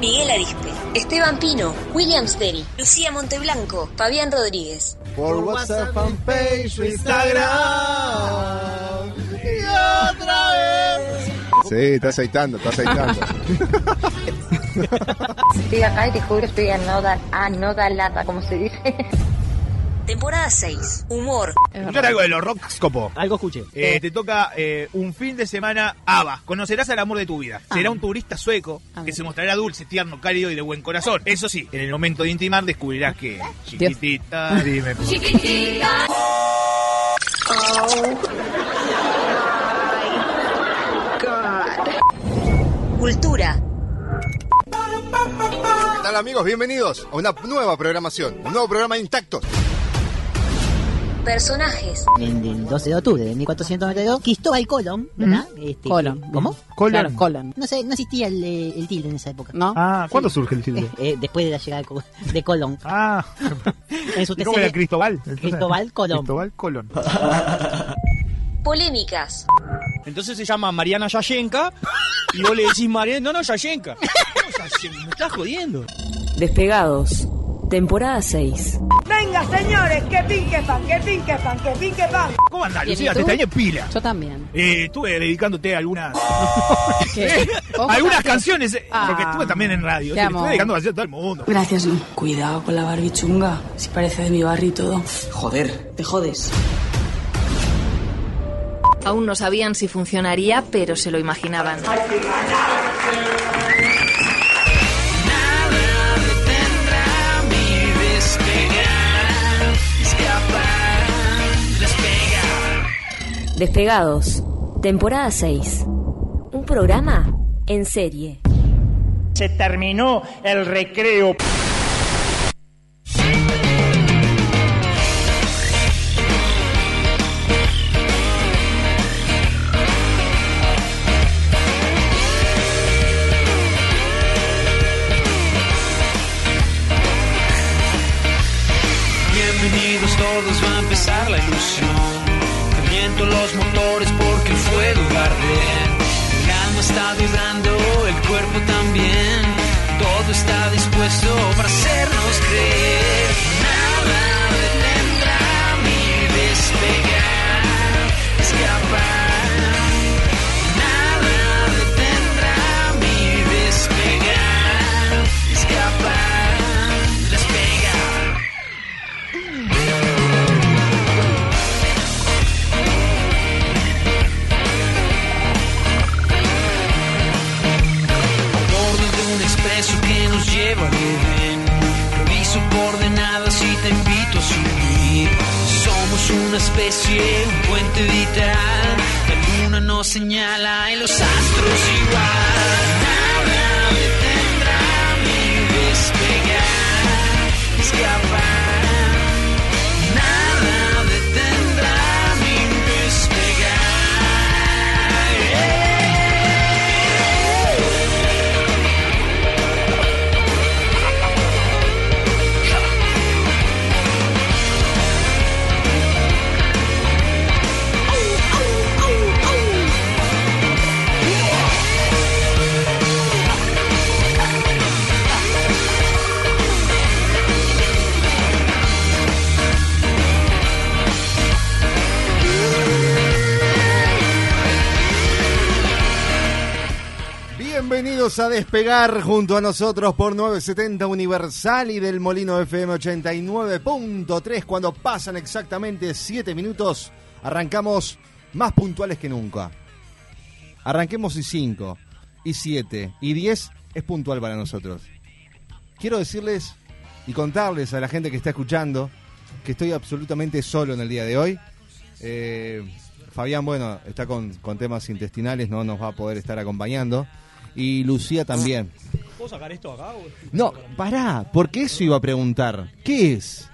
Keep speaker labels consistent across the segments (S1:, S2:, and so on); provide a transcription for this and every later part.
S1: Miguel Arispe, Esteban Pino, Williams Dell, Lucía Monteblanco, Fabián Rodríguez.
S2: Por WhatsApp, fanpage, Instagram. Y otra vez.
S3: Sí, está aceitando, está aceitando.
S4: estoy acá y te juro que estoy anodal, anodalada, como se dice.
S1: Temporada 6. Humor.
S5: Yo algo de los rocks, copo.
S6: Algo escuché.
S5: Eh, te toca eh, un fin de semana ABBA. Conocerás al amor de tu vida.
S6: Ah.
S5: Será un turista sueco que se mostrará dulce, tierno, cálido y de buen corazón. Eso sí, en el momento de intimar descubrirás que... Chiquitita, dime... por-
S7: Chiquitita.
S8: Oh.
S1: Cultura.
S3: ¿Qué tal amigos? Bienvenidos a una nueva programación, un nuevo programa de Intactos.
S1: Personajes.
S9: En el 12 de octubre de 1492, Cristóbal Colón, ¿verdad? Este,
S10: Colón.
S9: ¿Cómo?
S10: Colón. Claro, Colón.
S9: No, sé, no existía el, eh, el tilde en esa época.
S10: ¿No? Ah,
S5: ¿cuándo surge el tilde?
S9: Eh, después de la llegada de Co- de Colón.
S5: Ah.
S9: En su
S5: ¿Y cómo era
S9: tercera-
S5: Cristóbal?
S9: Cristóbal Colón.
S5: Cristóbal Colón.
S1: Polémicas.
S6: Entonces se llama Mariana Yashenka y vos le decís Mariana, no, no, Yashenka. No, Yashenka, me estás jodiendo.
S11: Despegados, temporada 6.
S8: Venga, señores, que pinque pan, que pinque pan, que pinque pan.
S5: ¿Cómo andás,
S8: Bien,
S5: Lucía?
S8: ¿y
S5: Te
S8: tú?
S5: extrañé pila.
S10: Yo también.
S5: Eh, estuve dedicándote a algunas...
S10: ¿Qué? Ojo,
S5: algunas
S10: Martín.
S5: canciones, eh,
S10: Ah.
S5: porque estuve también en
S10: Te
S5: radio. Sí, le
S10: amo.
S5: estuve dedicando a todo el mundo.
S12: Gracias, Lu. Cuidado con la barbichunga. Si parece de mi barrio y todo.
S13: Joder.
S12: Te jodes.
S14: Aún no sabían si funcionaría, pero se lo imaginaban.
S11: Despegados, temporada 6. Un programa en serie.
S15: Se terminó el recreo.
S11: Bienvenidos todos, va a empezar la ilusión. Te miento los motores porque el fuego arde. El alma está vibrando, el cuerpo también. Todo está dispuesto para hacernos creer. Nada detendrá mi despegar, escapar. Nada detendrá mi despegar, escapar, despegar. bordo de un expreso que nos lleva al Edén. Reviso coordenadas y te invito a subir. Somos una especie, un puente vital. La luna nos señala y los astros igual. Nada detendrá mi despegar, escapar. Nada detendrá mi despegar.
S3: Bienvenidos a despegar junto a nosotros por 970 Universal y del Molino FM 89.3 cuando pasan exactamente 7 minutos. Arrancamos más puntuales que nunca. Arranquemos y 5, y 7, y 10 es puntual para nosotros. Quiero decirles y contarles a la gente que está escuchando que estoy absolutamente solo en el día de hoy. Eh, Fabián, bueno, está con, con temas intestinales, no nos va a poder estar acompañando. Y Lucía también.
S6: ¿Puedo sacar esto acá? o-
S3: No, pará, porque eso iba a preguntar. ¿Qué es?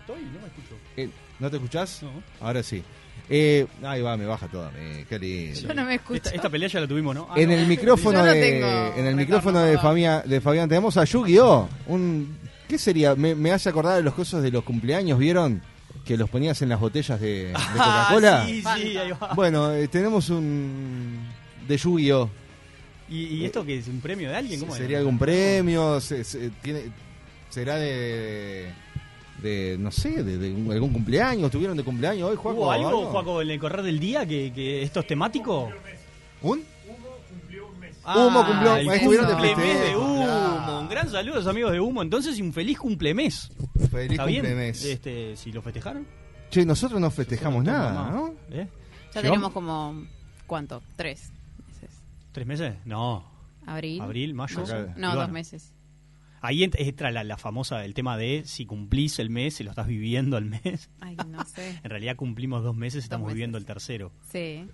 S6: Estoy, no me escucho.
S3: Eh, ¿No te escuchás? Ahora sí. Eh, ahí va, me baja toda. Me, qué lindo.
S9: Yo no me escucho.
S6: Esta, esta pelea ya la tuvimos, ¿no? Ah,
S3: En
S6: no.
S3: el micrófono
S9: Yo no tengo
S3: de, en el micrófono de, Fabián, de Fabián tenemos a Yu-Gi-Oh! Un- ¿Qué sería? Me, me hace acordar de los cosas de los cumpleaños, ¿vieron? Que los ponías en las botellas de, de Coca-Cola.
S6: Ah, sí, sí, ahí va.
S3: Bueno, eh, tenemos un de Yu-Gi-Oh!
S6: ¿Y, y esto que es un premio de alguien? ¿Cómo
S3: ¿Sería
S6: era?
S3: algún premio? Se- se- tiene- ¿Será de, de, no sé, de, de un- algún cumpleaños? ¿Tuvieron de cumpleaños hoy, Juaco?
S6: ¿Hubo algo,
S3: ¿Algo?
S6: Juaco, en el correr del día que, que esto es temático?
S3: ¿Un?
S6: Humo
S3: Humo
S6: cumplió
S3: cumplió-
S6: un mes.
S3: estuvieron de
S6: cumplemes de
S3: festejo,
S6: Humo.
S3: claro.
S6: Un gran saludo a los amigos de Humo. Entonces, y un feliz cumplemés.
S3: Feliz
S6: ¿Está bien?
S3: cumplemés.
S6: Este, si lo festejaron.
S3: Che, nosotros no festejamos nada, ¿no?
S6: ¿Eh?
S9: Ya
S6: ¿Llegamos?
S9: tenemos como. ¿Cuánto? Tres.
S6: ¿Tres meses? No.
S9: Abril.
S6: Abril, mayo.
S9: marzo.
S6: Acá-
S9: No,
S6: y
S9: dos
S6: bueno.
S9: meses.
S6: Ahí ent- entra la, la famosa, el tema de si cumplís el mes, si lo estás viviendo el mes.
S9: Ay, no sé.
S6: En realidad cumplimos dos meses, estamos viviendo el tercero.
S9: Sí.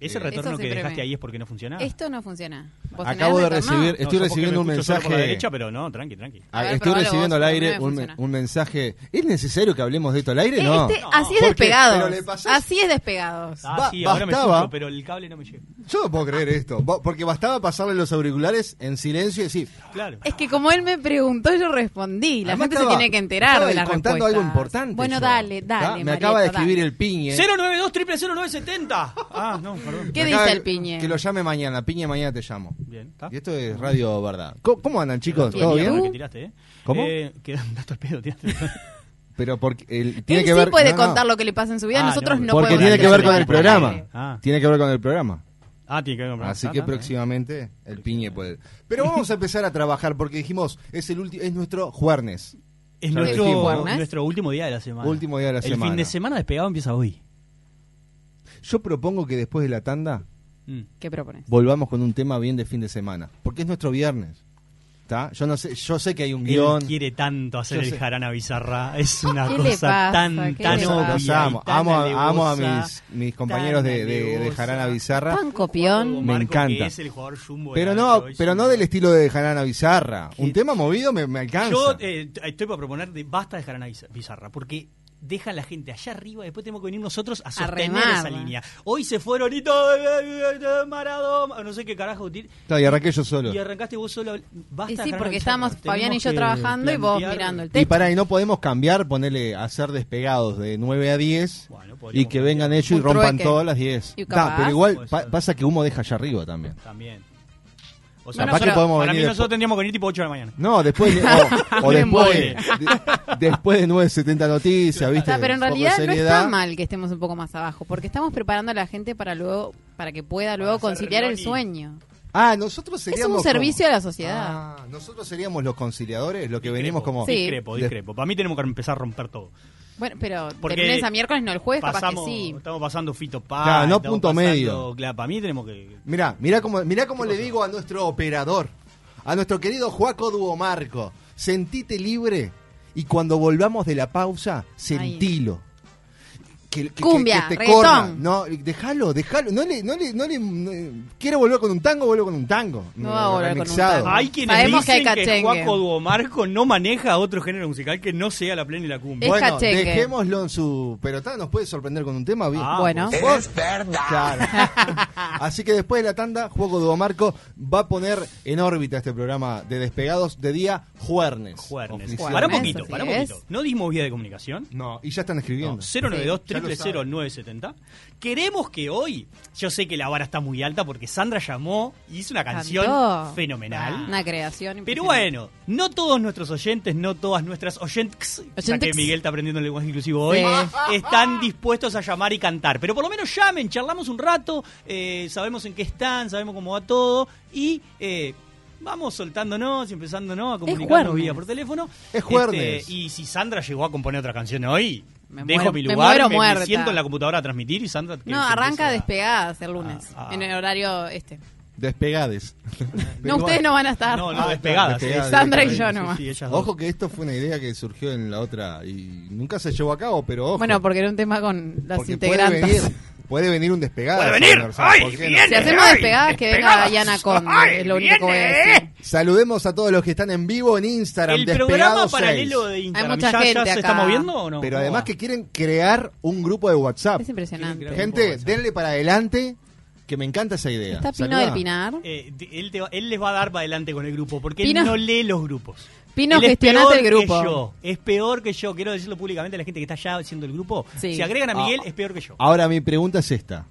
S6: ¿Ese
S9: Eso
S6: retorno que
S9: siempre
S6: dejaste
S9: me-
S6: ahí es porque no funcionaba?
S9: Esto no funciona. ¿Vos
S3: Acabo
S9: tenés
S3: de
S9: retorno?
S3: recibir-
S6: No,
S3: estoy
S6: yo porque
S3: recibiendo
S6: me
S3: un
S6: escucho solo por la
S3: mensaje-
S6: derecha, pero no, tranqui, tranqui.
S3: Ah,
S9: A ver,
S3: Estoy
S9: probalo
S3: recibiendo
S9: vos,
S3: al
S9: porque
S3: aire
S9: no me
S3: un,
S9: funciona.
S3: un mensaje. ¿Es necesario que hablemos de esto al aire? No.
S9: Este- así es
S3: Porque-
S9: despegados.
S3: pero le pasás-
S9: Así es despegados.
S6: Ah,
S3: Ba-
S6: sí, ahora me
S3: bastaba.
S6: escucho, pero el cable no me llega.
S3: Yo no puedo creer esto. Bo- Porque bastaba pasarle los auriculares en silencio y decir.
S6: Claro.
S9: Es que como él me preguntó, yo respondí. La
S3: Además
S9: gente
S3: estaba-
S9: se tiene que enterar
S3: estaba
S9: de las
S3: contando
S9: respuestas.
S3: algo importante
S9: Bueno,
S3: yo.
S9: dale, dale.
S3: Ah, Me
S9: Marieta,
S3: acaba de escribir
S9: dale.
S3: el piñe.
S6: 092 triple 0970. Ah, no, perdón.
S9: ¿Qué
S3: Me
S9: dice
S3: acaba-
S9: el piñe?
S3: Que lo llame mañana. Piñe, mañana te llamo.
S6: Bien, ¿está?
S3: Y esto es Radio Verdad. ¿Cómo, cómo andan, chicos? ¿Todo
S6: Mierda
S3: bien?
S6: que tiraste, ¿eh?
S3: ¿Cómo?
S6: Eh, que un dato al pedo tiraste.
S3: Pero porque el- tiene
S9: él
S3: que
S9: sí
S3: ver.
S9: puede
S3: no, no.
S9: contar lo que le pasa en su vida,
S6: Ah,
S9: nosotros
S6: no,
S9: no,
S3: Porque
S9: podemos.
S3: tiene que ver
S9: hacer
S3: con el
S9: nada.
S3: programa.
S6: Ah.
S3: Tiene que ver con el programa.
S6: Ah, tiene que ver con
S3: Así
S6: ah,
S3: que
S6: está, está.
S3: próximamente el piñe puede. Pero vamos a empezar a trabajar porque dijimos, es el último es nuestro jueves.
S6: Es
S3: Ya lo
S6: nuestro,
S3: dijimos, ¿no?
S6: nuestro último día de la semana.
S3: Último día de la
S6: El fin
S3: semana.
S6: de semana despegado empieza hoy.
S3: Yo propongo que después de la tanda
S9: ¿Qué propones?
S3: volvamos con un tema bien de fin de semana, porque es nuestro viernes. ¿Está? Yo no sé, yo sé que hay un guión.
S6: Él quiere tanto hacer
S3: Yo
S6: el
S3: sé.
S6: jarana bizarra. Es una
S9: Ah, ¿Qué
S6: cosa
S9: le pasa?
S6: tan,
S9: ¿Qué
S6: tan
S9: le
S3: Yo
S9: pasa?
S6: obvia.
S3: los
S6: y
S3: amo,
S6: tan
S3: amo, a- amo a
S6: alevosa,
S3: mis, mis compañeros
S6: tan
S3: de, de- de
S6: alevosa.
S3: Jarana Bizarra.
S9: Tan copión.
S3: Me
S6: Marco,
S3: encanta.
S6: que es el jugador jumbo de
S3: Pero
S6: la
S3: no,
S6: noche hoy,
S3: pero
S6: sí.
S3: no del estilo de Jarana Bizarra. Un tema movido me, me alcanza.
S6: Yo eh, t- estoy para proponer de basta de jarana biz- bizarra, porque deja a la gente allá arriba, después tenemos que venir nosotros a sostener
S9: remarla.
S6: esa línea. Hoy se fueron y todo, eh, eh, Maradona, no sé qué carajo. tir-
S3: Está, y arranqué yo solo.
S6: Y arrancaste vos solo. Basta
S9: Y
S6: de
S9: sí,
S6: jarana
S9: porque
S6: bizarra.
S9: estábamos Fabián y
S6: Tenemos
S9: yo
S6: que
S9: trabajando y vos
S6: plantear-
S9: mirando el
S3: Y
S9: techo.
S3: para y no podemos cambiar, ponerle a hacer despegados de 9 a 10
S6: Bueno,
S3: y
S6: podríamos
S3: que vengan ellos y
S9: Un
S3: rompan
S9: trueque.
S3: todas las 10.
S9: Y
S3: Ta,
S9: capaz-
S3: pero igual
S6: Puede
S3: pa-
S6: ser.
S3: pasa que humo deja allá arriba también.
S6: También. O
S3: Capaz que
S6: nosotros-
S3: podemos
S6: para
S3: venir
S6: mí
S3: después.
S6: nosotros tendríamos que venir tipo 8 de la mañana.
S3: No, después de- o, o
S6: Un
S3: después,
S6: embole.
S3: de- después de 970 noticias,
S9: O
S3: ¿viste?
S9: sea, pero en
S3: Un poco de
S9: realidad no está
S3: seriedad.
S9: mal que estemos un poco más abajo, porque estamos preparando a la gente para luego, para que pueda luego
S6: hacer
S9: conciliar el
S6: reunión y-
S9: sueño.
S3: Ah, nosotros
S9: Es
S3: seríamos
S9: un servicio a
S3: como-
S9: la sociedad.
S3: Ah, nosotros seríamos los conciliadores, los que venimos como
S9: Sí.
S6: Discrepo, discrepo. Para mí tenemos que empezar a romper todo.
S9: Bueno, pero de
S6: Porque
S9: lunes a miércoles no el jueves,
S6: Pasamos,
S9: capaz que sí.
S6: Estamos pasando Fito Paz.
S3: Claro, no
S6: estamos
S3: punto
S6: pasando-
S3: medio.
S6: Claro, para mí tenemos que.
S3: Mirá, mirá cómo, mirá cómo le digo a nuestro operador, a nuestro querido Juaco Duomarco. Sentite libre y cuando volvamos de la pausa, sentilo. Que, que- que-
S9: Cumbia,
S3: que te
S9: reggaetón.
S3: corra. No, déjalo, déjalo. No le, no le, no le- no- quiere volver con un tango, vuelvo con un tango.
S9: No va a volver con un tango.
S6: Hay quienes
S9: Sabemos que hay
S6: dicen que,
S9: cachengue.
S6: Juaco Duomarco no maneja otro género musical que no sea la plena y la cumbia.
S9: Es
S3: Bueno,
S9: cachengue.
S3: dejémoslo en su. Pero ta, nos puede sorprender con un tema bien.
S6: Ah,
S9: Bueno.
S3: ¿Vos? Claro. Así que después de la tanda, Juego Duomarco va a poner en órbita este programa de despegados de día juernes.
S6: Juernes.
S3: Oficial.
S6: Pará un poquito,
S9: así
S6: pará un
S9: es.
S6: poquito. No dimos vía de comunicación.
S3: No, y ya están escribiendo.
S6: 092
S3: Sí, ya lo saben.
S6: 970 Queremos que hoy, yo sé que la vara está muy alta porque Sandra llamó y hizo una canción
S9: Cantó.
S6: fenomenal.
S9: Ah, Una creación.
S6: Pero
S9: impresionante.
S6: bueno, no todos nuestros oyentes, no todas nuestras oyentes, ya que
S9: Oyentes.
S6: Miguel está aprendiendo el lenguaje inclusivo hoy,
S9: Sí.
S6: están dispuestos a llamar y cantar. Pero por lo menos llamen, charlamos un rato, eh, sabemos en qué están, sabemos cómo va todo y eh, vamos soltándonos y empezándonos a comunicarnos
S9: jueves.
S6: vía por teléfono. Este,
S3: Es jueves.
S6: y si Sandra llegó a componer otra canción hoy,
S9: Me
S6: dejo
S9: muero-
S6: mi
S9: me
S6: lugar,
S9: muero
S6: me, me
S9: muerta.
S6: siento en la computadora a transmitir y Sandra... que-
S9: No,
S6: que empiece
S9: arranca
S6: a-
S9: despegadas el lunes,
S6: Ah, ah.
S9: en el horario este.
S3: Despegades.
S9: No, ustedes no van a estar.
S6: No, no,
S3: Ah,
S6: despegadas.
S3: despegadas,
S6: sí,
S9: Sandra y
S6: sí,
S9: yo
S6: sí,
S9: nomás.
S6: sí, ellas dos.
S3: Ojo que esto fue una idea que surgió en la otra y nunca se llevó a cabo, pero ojo.
S9: Bueno, porque era un tema con las
S3: porque puede
S9: integrantes.
S3: venir- Puede venir un despegada.
S16: Puede venir.
S3: señor, ¿sabes
S16: Ay,
S3: por qué
S16: viene.
S9: Si hacemos
S16: Ay,
S9: despegadas, que venga
S16: despegadas.
S9: Diana con
S16: Ay,
S9: es lo único que voy a decir.
S3: Saludemos a todos los que están en vivo en Instagram.
S6: El
S3: Despegado
S6: programa
S3: 6.
S6: paralelo de Instagram.
S9: mucha
S6: ¿Ya, ya
S9: gente
S6: se
S9: acá.
S6: está moviendo o no?
S3: Pero
S6: ¿Cómo
S3: además
S6: va?
S3: que quieren crear un grupo de WhatsApp.
S9: Es impresionante.
S3: Gente, denle para adelante, que me encanta esa idea.
S9: Está Pino
S3: Saluda.
S9: del Pinar.
S6: Eh, de- él, te va- él les va a dar para adelante con el grupo, porque
S9: Pino-
S6: él no lee los grupos.
S9: Pino,
S6: Él es
S9: gestionate
S6: peor
S9: el grupo.
S6: Que yo. Es peor que yo, quiero decirlo públicamente a la gente que está ya haciendo el grupo.
S9: Sí.
S6: Si agregan a
S3: Ah.
S6: Miguel, es peor que yo.
S3: Ahora mi pregunta es esta.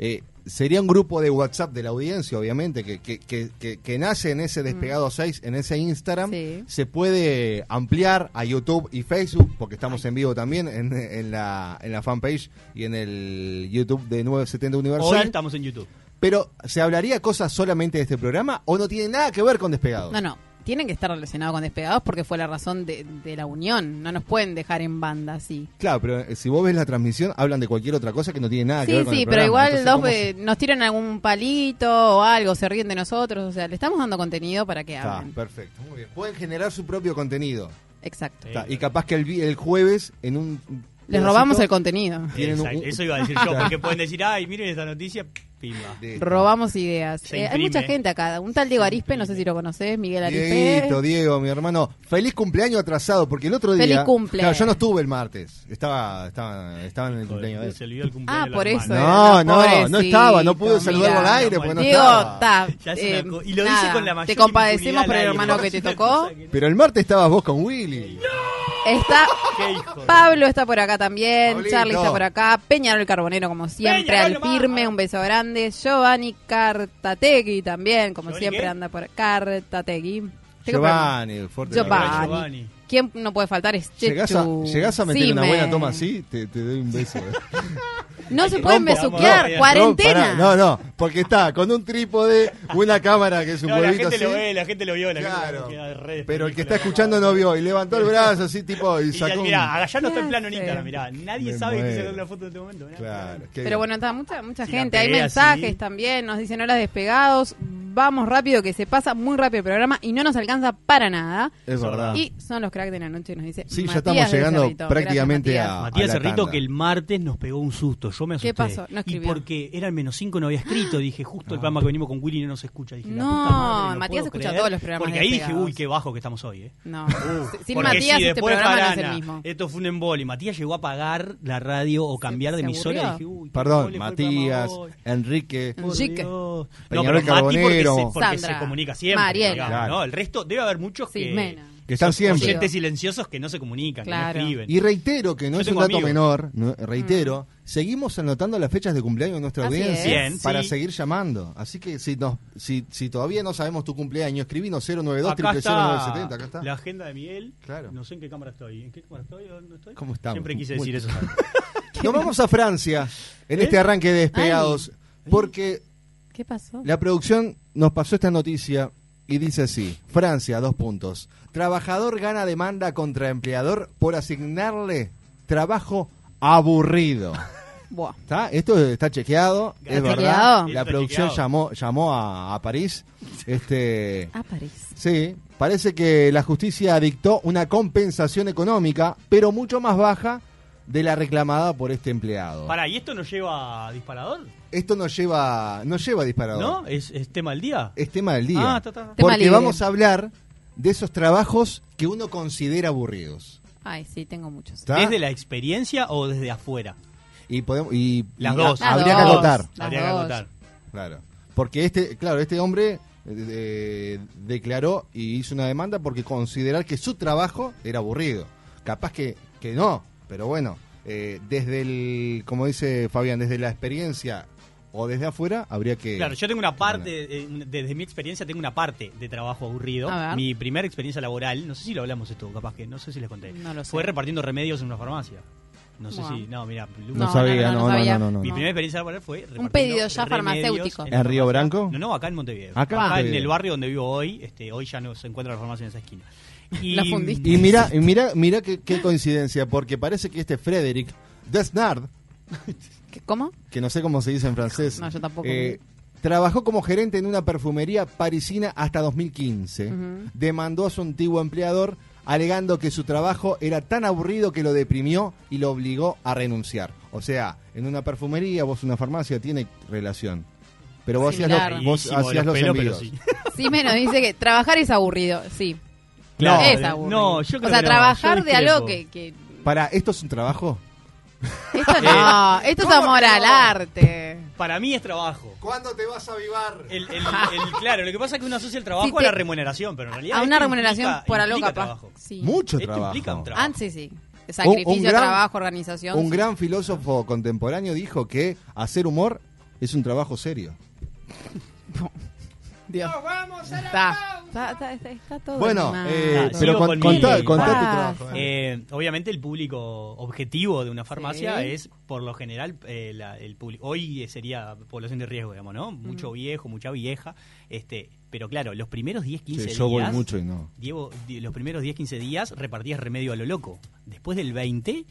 S3: Eh, sería un grupo de WhatsApp de la audiencia, obviamente, que, que, que- que- que nace en
S9: Mm.
S3: ese despegado 6, en ese Instagram. Se puede ampliar a YouTube y Facebook, porque estamos en vivo también en, en la, en la fanpage y en el YouTube de 970
S6: Hoy
S3: Universal.
S6: estamos en YouTube.
S3: Pero, ¿se hablaría cosas solamente de este programa o no tiene nada que ver con despegado?
S9: No, no. Tienen que estar relacionados con despegados porque fue la razón de, de la unión. No nos pueden dejar en banda así.
S3: Claro, pero eh, si vos ves la transmisión, hablan de cualquier otra cosa que no tiene nada Ah, que
S9: Sí,
S3: ver con
S9: sí,
S3: el
S9: pero
S3: programa.
S9: igual
S3: Entonces,
S9: dos,
S3: ¿cómo se-
S9: eh, nos tiran algún palito o algo, se ríen de nosotros. O sea, le estamos dando contenido para que
S3: Está,
S9: hablen.
S3: perfecto, muy bien. Pueden generar su propio contenido.
S9: Exacto.
S3: Está, y capaz que el, vi- el jueves en un...
S9: Les
S3: pedacito
S9: robamos el contenido.
S3: tienen un-
S6: Exacto, Eso iba a decir yo, porque pueden decir, ay, miren esta noticia, pimba.
S9: Robamos ideas.
S6: Se
S9: Eh, hay
S6: imprime.
S9: mucha gente acá. Un tal Diego Arispe, no sé si lo conoces, Miguel Arispe.
S3: Dieguito, Diego, mi hermano. Feliz cumpleaños atrasado, porque el otro día...
S9: Feliz cumple.
S3: Claro, yo no estuve el martes. Estaba, estaba, estaba en el cumpleaños de él.
S6: Se olvidó el
S9: Ah,
S6: cumpleaños. de la
S9: por
S6: hermana.
S9: eso.
S3: No,
S9: era,
S3: no, no estaba, no pude
S9: pobrecito,
S3: saludarlo
S9: mirá.
S3: al aire porque no
S9: Diego,
S3: estaba.
S9: está.
S6: Ya es una
S9: eh,
S6: co- y lo dice
S9: nada,
S6: con la mayor
S9: Te compadecemos
S6: impunidad
S9: por el
S6: al
S9: hermano que
S6: aire.
S9: te tocó.
S3: Pero el martes estabas vos con Willy.
S9: Está Pablo está por acá también,
S3: Pablito.
S9: Charlie está por acá, Peñarol Carbonero como siempre,
S6: Peñarol
S9: al firme, un beso grande, Giovanni Cartategui también, como siempre anda por Cartategui. Tengo problemas.
S3: Giovanni, fuerte.
S9: Giovanni.
S6: Giovanni.
S9: ¿Quién no puede faltar? Es Chechu.
S3: Llegás a, llegás a meter
S9: Sí,
S3: una
S9: me-
S3: buena toma así, te, te doy un beso. eh.
S9: No se pueden
S3: Rompo.
S9: besuquear,
S3: No,
S9: cuarentena.
S3: pará, No, no, porque está con un trípode, una cámara que es un
S6: No, la
S3: huevito
S6: gente
S3: así.
S6: lo ve, la gente lo vio, la gente lo queda re
S3: Pero el que
S6: película.
S3: está escuchando no vio y levantó el brazo así tipo y
S6: Y ya,
S3: sacó. un-
S6: mirá, Agallano está en
S9: ¿Qué
S6: plano en
S9: hace?
S6: Instagram, mirá. Nadie
S3: Me
S6: sabe que
S3: muero.
S6: sacó una foto en este momento. mirá.
S3: Claro, qué
S9: Pero
S3: bien.
S9: bueno, está mucha, mucha
S6: Si la
S9: gente, hay
S6: pegué
S9: mensajes
S6: así.
S9: también, nos dicen horas despegados, vamos rápido que se pasa muy rápido el programa y no nos alcanza para nada.
S3: Es verdad.
S9: Y son los cracks de la noche, nos dice.
S3: Sí, ya
S9: Matías
S3: estamos
S9: de
S3: llegando
S9: Cerrito.
S3: prácticamente
S9: Gracias,
S3: a-
S9: Matías.
S6: Matías
S3: la
S6: Cerrito
S3: tanda.
S6: que el martes nos pegó un susto. Yo me asusté.
S9: ¿Qué pasó? No
S6: y
S9: escribió.
S6: porque era el menos 5 no había escrito. Dije, justo el programa que venimos con Willy no nos escucha. Dije, la
S9: No,
S6: puta madre, no
S9: Matías
S6: puedo
S9: escucha
S6: creer.
S9: todos los programas
S6: Porque
S9: de este
S6: ahí dije,
S9: Pegados.
S6: uy, qué bajo que estamos hoy. eh.
S9: No.
S6: Uh,
S9: Sin
S6: porque
S9: Matías
S6: si
S9: este
S6: después
S9: programa no es
S6: Jarana,
S9: el mismo.
S6: Esto fue un embole. Matías llegó a pagar la radio o cambiar de
S9: se
S6: emisora.
S9: aburrió.
S6: Dije, uy, qué
S3: Perdón,
S6: embole fue el
S3: Matías,
S6: programa hoy.
S3: Enrique.
S6: Por
S9: Enrique.
S6: Dios. No,
S3: Peñarol
S6: pero Mati porque, se,
S3: Carbonero.
S6: porque se
S9: Sandra.
S6: comunica siempre.
S9: Mariela.
S6: digamos,
S3: Claro.
S6: ¿no? El resto debe haber muchos que,
S9: Silmena.
S3: Que están
S6: son
S3: siempre.
S6: oyentes silenciosos que no se comunican,
S9: Claro.
S6: que no escriben.
S3: Y reitero que no
S6: Yo
S3: es un
S6: tengo
S3: dato
S6: amigos.
S3: menor, no- reitero, seguimos anotando las fechas de cumpleaños de nuestra
S9: Mm. Así
S3: audiencia
S6: es. Bien,
S3: para
S6: sí.
S3: seguir llamando. Así que si nos, si, si todavía no sabemos tu cumpleaños, escribinos 092
S6: Acá está
S3: 000970, acá está.
S6: la agenda de Miguel.
S3: Claro.
S6: No sé en qué cámara estoy. ¿En qué cámara estoy? ¿Dónde estoy?
S3: ¿Cómo estamos?
S6: Siempre quise
S3: Muy-
S6: decir eso.
S3: Nos vamos a Francia en
S6: ¿Eh?
S3: este arranque de despegados porque
S9: ¿Qué pasó?
S3: La producción nos pasó esta noticia y dice así: Francia, dos puntos. Trabajador gana demanda contra empleador por asignarle trabajo aburrido.
S9: Buah.
S3: ¿Está? Esto está chequeado, es
S6: Chequeado.
S3: verdad.
S6: Está
S3: La producción
S6: chequeado.
S3: llamó, llamó a, a París. Este,
S9: Ah, París.
S3: sí, parece que la justicia dictó una compensación económica, pero mucho más baja de la reclamada por este empleado.
S6: Pará, ¿y esto nos lleva a disparador?
S3: Esto nos lleva, nos lleva a disparador.
S6: ¿No? ¿Es, es tema del día?
S3: es tema del día.
S6: Ah, está, está, está.
S9: Tema
S3: Porque
S9: libre.
S3: vamos a hablar de esos trabajos que uno considera aburridos.
S9: Ay, sí, tengo muchos.
S3: ¿tá?
S6: ¿Desde la experiencia o desde afuera?
S3: Y podemos y
S6: Las
S3: y
S6: dos.
S9: Las
S3: habría
S9: dos.
S3: que acotar,
S9: Las
S6: Habría que
S9: dos.
S6: acotar.
S3: claro. Porque este, claro, este hombre eh, eh, declaró y hizo una demanda porque considerar que su trabajo era aburrido. Capaz que, que no, pero bueno, eh, desde el, como dice Fabián, desde la experiencia o desde afuera habría que
S6: Claro, yo tengo una parte, eh, una- desde mi experiencia tengo una parte de trabajo aburrido.
S9: A ver.
S6: Mi primera experiencia laboral, no sé si lo hablamos esto, capaz que, no sé si les conté.
S9: No lo sé.
S6: Fue repartiendo remedios en una farmacia. No sé
S9: Buah.
S6: si, no, mira,
S3: No
S9: No, no, no, no
S3: sabía, no, no,
S9: sabía.
S3: no, no,
S6: Mi
S3: no.
S6: primera experiencia laboral fue repartiendo
S9: Un pedido ya
S6: remedios
S9: farmacéutico.
S6: en
S3: ¿En
S6: la
S3: Río
S6: farmacia.
S3: Branco?
S6: No, no, acá en Montevideo.
S3: Acá en
S6: Acá en
S3: Montevideo.
S6: el barrio donde vivo hoy, este, hoy ya no se encuentra la farmacia en esa esquina. Y,
S9: La fundiste.
S3: Y mira, y mira, mira qué, qué coincidencia, porque parece que este Frederick Desnard,
S9: ¿Qué- ¿Cómo?
S3: que no sé cómo se dice en francés,
S9: No, yo tampoco.
S3: eh, trabajó como gerente en una perfumería parisina hasta 2015. Demandó a su antiguo empleador alegando que su trabajo era tan aburrido que lo deprimió y lo obligó a renunciar. O sea, en una perfumería, vos una farmacia, tiene relación. Pero vos hacías,
S9: Similar.
S3: lo- vos
S6: Rarísimo,
S3: hacías
S6: los
S3: los
S6: pelos,
S3: envíos.
S6: pero
S9: Sí, menos dice que trabajar es aburrido. Sí.
S3: Claro.
S9: es aburrido.
S6: no, yo creo
S9: o sea,
S6: que no,
S9: trabajar
S6: yo
S9: de algo que,
S6: discrepo.
S9: que-
S3: Para, ¿esto es un trabajo?
S6: Eh,
S9: Esto no, esto es amor al arte.
S6: Para mí es trabajo.
S3: ¿Cuándo te vas a avivar?
S6: El, el- el- claro, lo que pasa es que uno asocia el trabajo
S9: Si
S6: a la
S9: te-
S6: remuneración, pero en realidad.
S9: A una
S6: esto
S9: remuneración
S6: implica-
S9: por algo
S6: implica
S9: capaz.
S6: trabajo.
S9: Sí.
S3: Mucho
S6: Esto
S3: trabajo.
S6: implica un trabajo.
S9: Ah, sí, sí. Sacrificio,
S3: Un- un gran-
S9: trabajo, organización.
S3: Un
S9: sí.
S3: gran filósofo contemporáneo dijo que hacer humor es un trabajo serio.
S9: Dios. Está. Está, está- está- está todo
S3: Bueno,
S9: animado.
S3: eh, pero
S6: sigo
S3: con-
S6: con
S3: contá-
S6: mi-
S3: contá tu
S6: Ah,
S3: trabajo,
S6: Eh, obviamente el público objetivo de una farmacia
S9: Sí.
S6: es, por lo general, eh, la- el público. Hoy eh, sería población de riesgo, digamos, ¿no? Mucho viejo, mucha vieja. este Pero claro, los primeros 10, 15
S3: Sí,
S6: días.
S3: yo voy mucho y no.
S6: Diego, di- los primeros 10, 15 días repartías remedio a lo loco. Después del 20,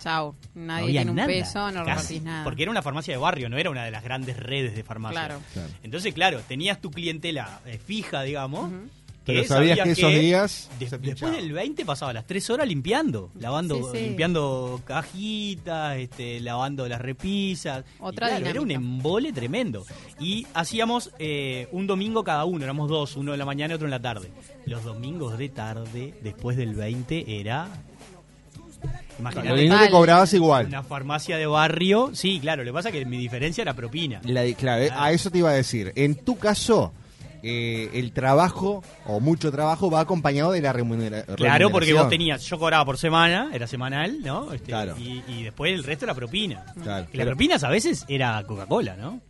S9: Chau.
S6: no
S9: Nadie
S6: había
S9: tiene un
S6: nada,
S9: peso, no
S6: casi,
S9: repartís nada.
S6: Porque era una farmacia de barrio, no era una de las grandes redes de farmacias.
S9: Claro.
S3: Claro.
S6: Entonces, claro, tenías tu clientela eh, fija, digamos.
S3: Pero sabías que esos días
S6: de-
S3: se
S6: después del 20 pasaba las 3 horas limpiando, lavando
S9: Sí, sí.
S6: limpiando cajitas, este, lavando las repisas. Y
S9: Otra
S6: claro, era un
S9: dinámica.
S6: embole tremendo. Y hacíamos eh, un domingo cada uno, éramos dos, uno en la mañana y otro en la tarde. Los domingos de tarde, después del 20, era...
S3: Lo mismo que cobrabas igual.
S6: Una farmacia de barrio, sí, claro, lo que pasa es que mi diferencia era propina.
S3: La di- claro, eh, a eso te iba a decir. En tu caso, eh, el trabajo o mucho trabajo va acompañado de la remunera- remuneración.
S6: Claro, porque vos tenías, yo cobraba por semana, era semanal, ¿no? Este,
S3: Claro.
S6: y, y después el resto era propina.
S3: Claro.
S6: Que las propinas a veces era Coca-Cola, ¿no?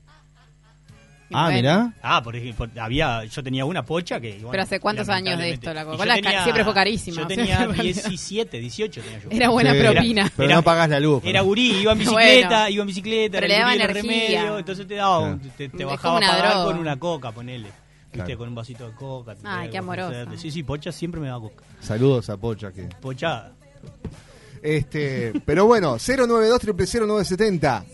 S3: Ah, mirá.
S6: Ah, por ejemplo, había, yo tenía una pocha que... bueno,
S9: Pero ¿hace cuántos años de esto?
S6: lamentablemente-
S9: La
S6: y yo
S9: Coca-Cola
S6: tenía-
S9: ca- siempre fue carísima.
S6: Yo
S9: o sea,
S6: tenía
S9: en realidad.
S6: 17, 18 tenía yo.
S9: Era buena
S3: Sí,
S9: propina.
S3: Pero
S6: Era-
S3: no pagas la luz.
S6: Era
S3: ¿no?
S6: gurí, iba en bicicleta,
S9: Bueno.
S6: iba en bicicleta,
S9: Pero
S6: era el
S9: le
S6: gurí
S9: daba
S6: de los
S9: energía.
S6: remedios, entonces te daba, un-
S3: Claro.
S6: te, te
S9: Es
S6: bajaba a
S9: como una
S6: pagar
S9: droga.
S6: con una coca, ponele. Viste,
S3: Claro.
S6: con un vasito de coca. te
S9: Ay,
S6: traía
S9: qué
S6: algo para
S9: amorosa.
S6: hacerte. Sí, sí, Pocha siempre me da coca.
S3: Saludos a Pocha. Que...
S6: Pocha,
S3: Este, pero bueno, 092 0970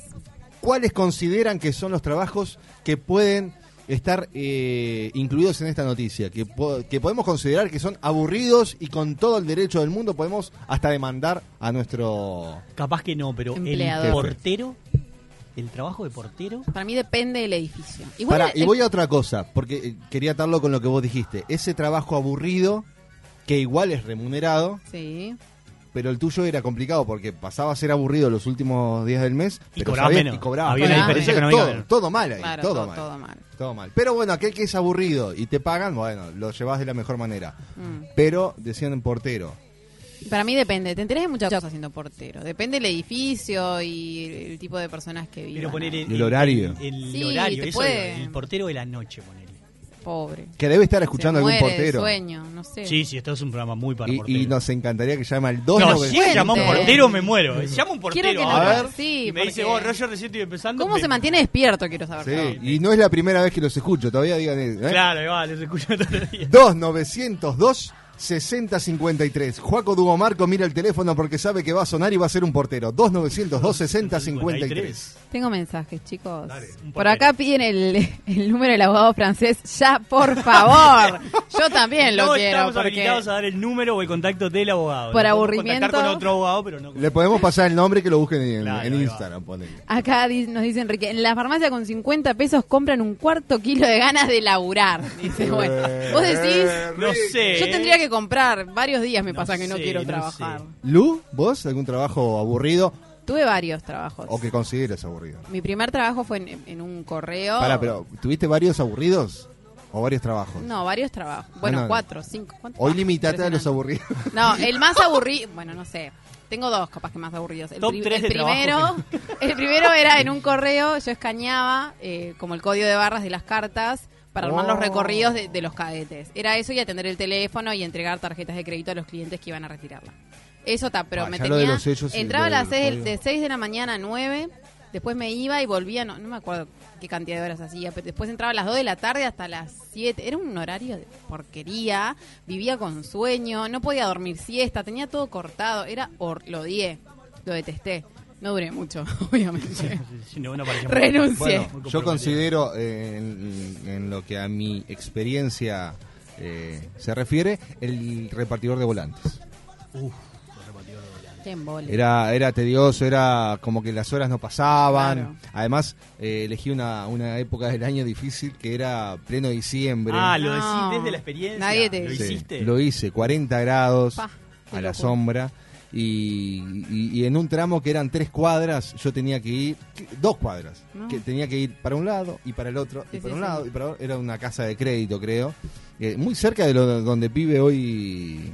S3: ¿Cuáles consideran que son los trabajos que pueden estar eh, incluidos en esta noticia? Que, po- que podemos considerar que son aburridos y con todo el derecho del mundo podemos hasta demandar a nuestro...
S6: capaz que no, pero el
S9: Empleador.
S6: portero, el trabajo de portero,
S9: Para mí depende del edificio. Igual
S3: Pará,
S9: el-
S3: y voy a otra cosa, porque eh, quería atarlo con lo que vos dijiste. Ese trabajo aburrido, que igual es remunerado,
S9: Sí.
S3: pero el tuyo era complicado porque pasaba a ser aburrido los últimos días del mes
S6: Y
S3: pero
S6: cobraba
S3: sabías
S6: menos.
S3: que cobraba
S6: Había una
S3: menos.
S6: diferencia
S3: Entonces,
S6: económica
S3: todo,
S6: menos.
S3: todo mal ahí,
S9: Claro,
S3: todo,
S9: todo-
S3: mal.
S9: todo mal.
S3: Todo mal. Pero bueno, aquel que es aburrido y te pagan, bueno, lo llevas de la mejor manera.
S9: Mm.
S3: Pero decían en portero.
S9: Para mí depende. Te enterás de muchas cosas siendo portero. Depende del edificio y el tipo de personas que viven.
S6: pero poner el,
S3: El horario.
S6: el, el
S9: Sí,
S6: horario,
S9: te
S6: eso,
S9: puede.
S6: el portero de la noche, ponele.
S9: Pobre.
S3: Que debe estar escuchando
S9: Se
S3: algún
S9: muere de
S3: portero.
S9: sueño, no sé.
S6: Sí, sí, esto es un programa muy para
S3: Y-
S6: porteros.
S3: Y, nos encantaría que llame al 2
S6: no, si él llama a un
S9: Cuente.
S6: portero me muero. eh, Llama a un portero
S9: Quiero que
S6: ahora.
S9: nos- sí,
S6: Y me
S9: porque-
S6: dice, vos, Roger, recién estoy empezando.
S9: ¿Cómo
S6: me-
S9: se mantiene despierto? Quiero saber.
S3: Sí, y no es la primera vez que los escucho, todavía digan eso. ¿eh?
S6: Claro, ahí va, los escucho todo el día.
S3: 2902 6053. Juaco Dugomarco mira el teléfono porque sabe que va a sonar y va a ser un portero. 2902 6053.
S9: Tengo mensajes, chicos.
S6: un
S9: Por
S6: papel.
S9: acá piden el, el número del abogado francés. Ya, por favor. Yo también lo
S6: no
S9: quiero.
S6: estamos
S9: Porque
S6: habilitados a dar el número o el contacto del abogado.
S9: Por
S6: Lo podemos
S9: aburrimiento.
S6: contactar con otro abogado, pero no con-
S3: Le podemos pasar el nombre que lo busquen en,
S6: Claro,
S3: en
S6: ahí va.
S3: Instagram, ponele.
S9: acá di- nos dice Enrique: en la farmacia con 50 pesos compran un cuarto kilo de ganas de laburar. Dice, bueno. Vos decís.
S3: Eh,
S6: No sé.
S9: Yo tendría que comprar. Varios días me
S6: Eh, No
S9: pasa que no
S6: sé,
S9: quiero
S6: no
S9: trabajar.
S6: sé.
S3: Lu, ¿vos algún trabajo aburrido
S9: Tuve varios trabajos.
S3: o que consideres aburrido?
S9: Mi primer trabajo fue en, en un correo.
S3: Pará, pero ¿tuviste varios aburridos o varios trabajos?
S9: No, varios trabajos. Bueno,
S3: No, no.
S9: cuatro, cinco. ¿cuántos?
S3: Hoy
S9: Ah,
S3: limitate a los
S9: impresionante.
S3: aburridos.
S9: No, el más aburrido. Bueno, no sé. Tengo dos, capaz que más aburridos. El,
S6: Top tres
S9: el
S6: de
S9: primero,
S6: trabajo
S9: el primero era en un correo, yo escaneaba eh, como el código de barras de las cartas para armar los
S3: Oh.
S9: recorridos de, de los cadetes. Era eso y atender el teléfono y entregar tarjetas de crédito a los clientes que iban a retirarla. Eso está, pero
S3: Ah,
S9: me
S3: ya lo de
S9: tenía.
S3: los sellos y
S9: entraba a
S3: lo
S9: las
S3: del
S9: seis
S3: código.
S9: de 6 de la mañana a 9, después me iba y volvía, no, no me acuerdo qué cantidad de horas hacía, pero después entraba a las 2 de la tarde hasta las 7. Era un horario de porquería, vivía con sueño, no podía dormir siesta, tenía todo cortado, era hor- lo odié, lo detesté. No duré mucho, obviamente.
S6: Sí, no, no parecía-
S9: Renuncié.
S3: Bueno, yo considero eh, en, en lo que a mi experiencia eh, se refiere, el repartidor de volantes.
S6: Uf.
S3: Era, era tedioso, era como que las horas no pasaban. Además, eh, elegí una, una época del año difícil que era pleno diciembre.
S6: Ah, lo decís desde la experiencia.
S9: Nadie te-
S6: Lo
S3: Sí,
S6: hiciste.
S3: Lo hice, 40 grados
S9: Pa, qué
S3: a la
S9: loco.
S3: sombra. Y, y- y en un tramo que eran tres cuadras, yo tenía que ir, que- dos cuadras,
S17: No.
S3: que tenía que ir para un lado y para el otro, y
S17: Sí,
S3: para
S17: sí,
S3: un
S17: sí.
S3: lado y para otro. Era una casa de crédito, creo. eh, muy cerca de lo, donde vive hoy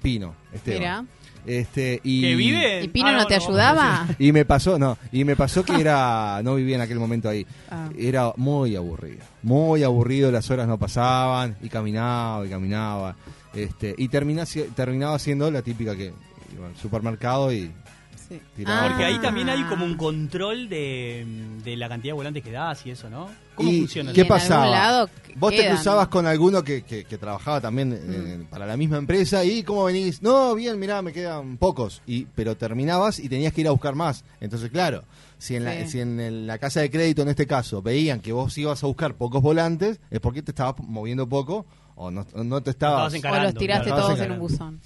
S3: Pino, Esteban.
S9: Mira.
S3: Este, y,
S6: ¿Que vive?
S9: ¿Y Pino
S6: Ah,
S9: no,
S6: no,
S9: te
S6: no,
S9: ayudaba?
S3: Y me pasó, no, y me pasó que era, no vivía en aquel momento ahí.
S9: Ah.
S3: Era muy aburrido, muy aburrido, las horas no pasaban, y caminaba, y caminaba. Este, y termina, si- terminaba siendo la típica que iba al supermercado y
S9: Ah.
S3: tiraba.
S6: Porque ahí también hay como un control de, de la cantidad de volantes que das y eso, ¿no? ¿Cómo
S3: ¿Y
S6: funciona?
S3: ¿Qué
S6: eso?
S3: pasaba? Vos te
S6: quedan.
S3: cruzabas con alguno que, que- que trabajaba también eh,
S9: Mm.
S3: para la misma empresa y ¿cómo venís? No, bien, mirá, me quedan pocos. Y, pero terminabas y tenías que ir a buscar más. Entonces, claro, si en, la,
S17: Sí.
S3: si en el- la casa de crédito en este caso veían que vos ibas a buscar pocos volantes, es porque te estabas moviendo poco o no, o no te estabas...
S9: o los tiraste
S3: Estabas
S9: todos en un
S3: encarando.
S9: buzón.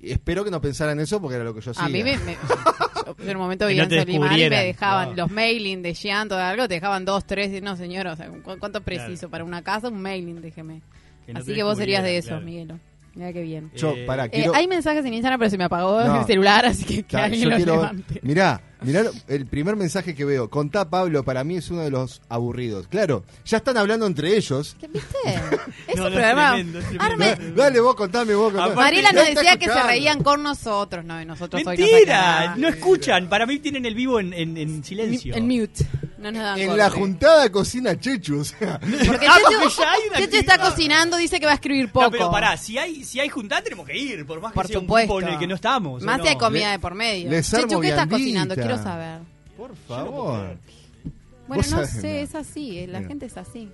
S3: Espero que no pensara en eso porque era lo que yo hacía.
S9: A mí me, me- yo en un momento
S3: Que
S9: vivía
S3: no te
S9: en Solimar y me
S3: descubrieran.
S9: dejaban
S3: No.
S9: los mailing de Gianto de algo, te dejaban dos, tres, y no señor, o sea, ¿cu- ¿cuánto preciso para una casa? Un mailing, déjeme.
S3: Que no
S9: Así
S3: te
S9: que vos serías de esos,
S3: descubrieran,
S9: Miguelo. Mira qué bien.
S3: Yo,
S9: Eh,
S3: pará,
S9: eh,
S3: quiero-
S9: hay mensajes en Instagram, pero se me apagó
S3: No.
S9: el celular, así que, que
S3: Ta-
S9: alguien
S3: yo
S9: lo
S3: quiero ver-
S9: levante.
S3: Mirá, mirá lo- el primer mensaje que veo. Contá, Pablo, para mí es uno de los aburridos. Claro, ya están hablando entre ellos.
S9: Es
S3: No,
S9: un
S3: no,
S9: programa.
S3: tremendo,
S6: es
S9: Arme-
S3: Dale, vos contame, vos contame.
S9: Mariela nos
S3: Ya está
S9: decía que se
S3: escuchando.
S9: reían con nosotros, no de nosotros hoy. nos
S6: Mentira,
S9: aclaraban.
S6: no escuchan. Para mí tienen el vivo en, en- en silencio.
S9: En mute. No nos dan
S3: En la
S9: corte.
S3: juntada cocina Chechu, o sea.
S9: Porque
S6: Ah,
S9: Chechu-
S6: porque ya hay una
S9: Chechu está cocinando, dice que va a escribir poco.
S6: No, pero pará, si hay, si hay juntada tenemos que ir, por más que
S9: Por
S6: sea
S9: supuesto.
S6: un grupo en el que no estamos. ¿o
S9: Más
S6: no?
S9: si hay comida de por medio.
S3: les
S9: Chechu,
S3: armo
S9: ¿qué estás
S3: viandita.
S9: cocinando? Quiero saber.
S3: Por favor.
S9: Bueno,
S3: Vos
S9: no
S3: sabés,
S9: sé,
S3: no.
S9: es así, eh, la
S3: Mira.
S9: gente es así.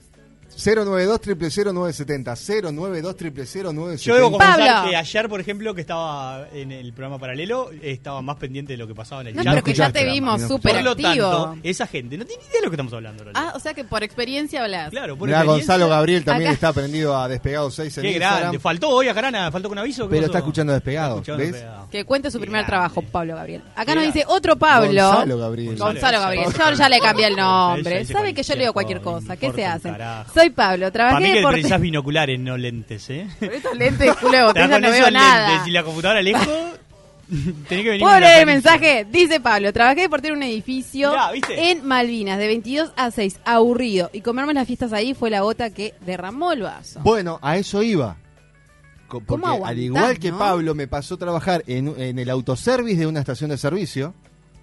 S3: 092 0970 092
S6: Yo debo confesar
S9: Pablo.
S6: que ayer, por ejemplo, que estaba en el programa paralelo, estaba más pendiente de lo que pasaba en el
S9: No,
S6: chat.
S9: pero que ya te vimos súper
S6: Por lo
S9: activo.
S6: tanto, esa gente no tiene idea de lo que estamos hablando. Lola.
S9: Ah, o sea que por experiencia hablas.
S6: Claro, por
S3: Mirá,
S6: experiencia.
S3: Gonzalo Gabriel también
S9: Acá.
S3: está aprendido a Despegado 6 en
S6: Qué
S3: Instagram,
S6: grande. Faltó hoy a Grana, faltó con aviso. ¿qué
S3: Pero
S6: pasó?
S3: está escuchando Despegado,
S6: Está escuchando
S3: ¿ves?
S6: Despegado.
S9: Que cuente su primer
S6: eh,
S9: trabajo, Pablo Gabriel. Acá nos dice otro Pablo.
S3: Gonzalo Gabriel.
S9: Gonzalo Gabriel. Yo ahora ya le cambié el
S6: Ella
S9: nombre.
S6: dice
S9: Sabe que yo le digo cualquier cosa. ¿Qué se hacen?
S6: carajo.
S9: Soy Pablo,
S6: Para mí
S9: trabajé
S6: que
S9: por
S6: precisás binoculares, no lentes, ¿eh?
S9: lente de culo de
S6: Te das
S9: botella,
S6: con
S9: no
S6: esos
S9: veo nada.
S6: lentes y la computadora lejos, tenés que
S9: Pobre
S6: venir con una
S9: el
S6: camisa.
S9: mensaje. Dice Pablo, trabajé de portero en un edificio
S6: Mirá, ¿viste?
S9: en Malvinas de 22 a 6, aburrido. Y comerme las fiestas ahí fue la gota que derramó el vaso.
S3: Bueno, a eso iba. Co- Porque
S9: aguantás,
S3: al igual que
S9: no?
S3: Pablo me pasó a trabajar en, en el autoservice de una estación de servicio,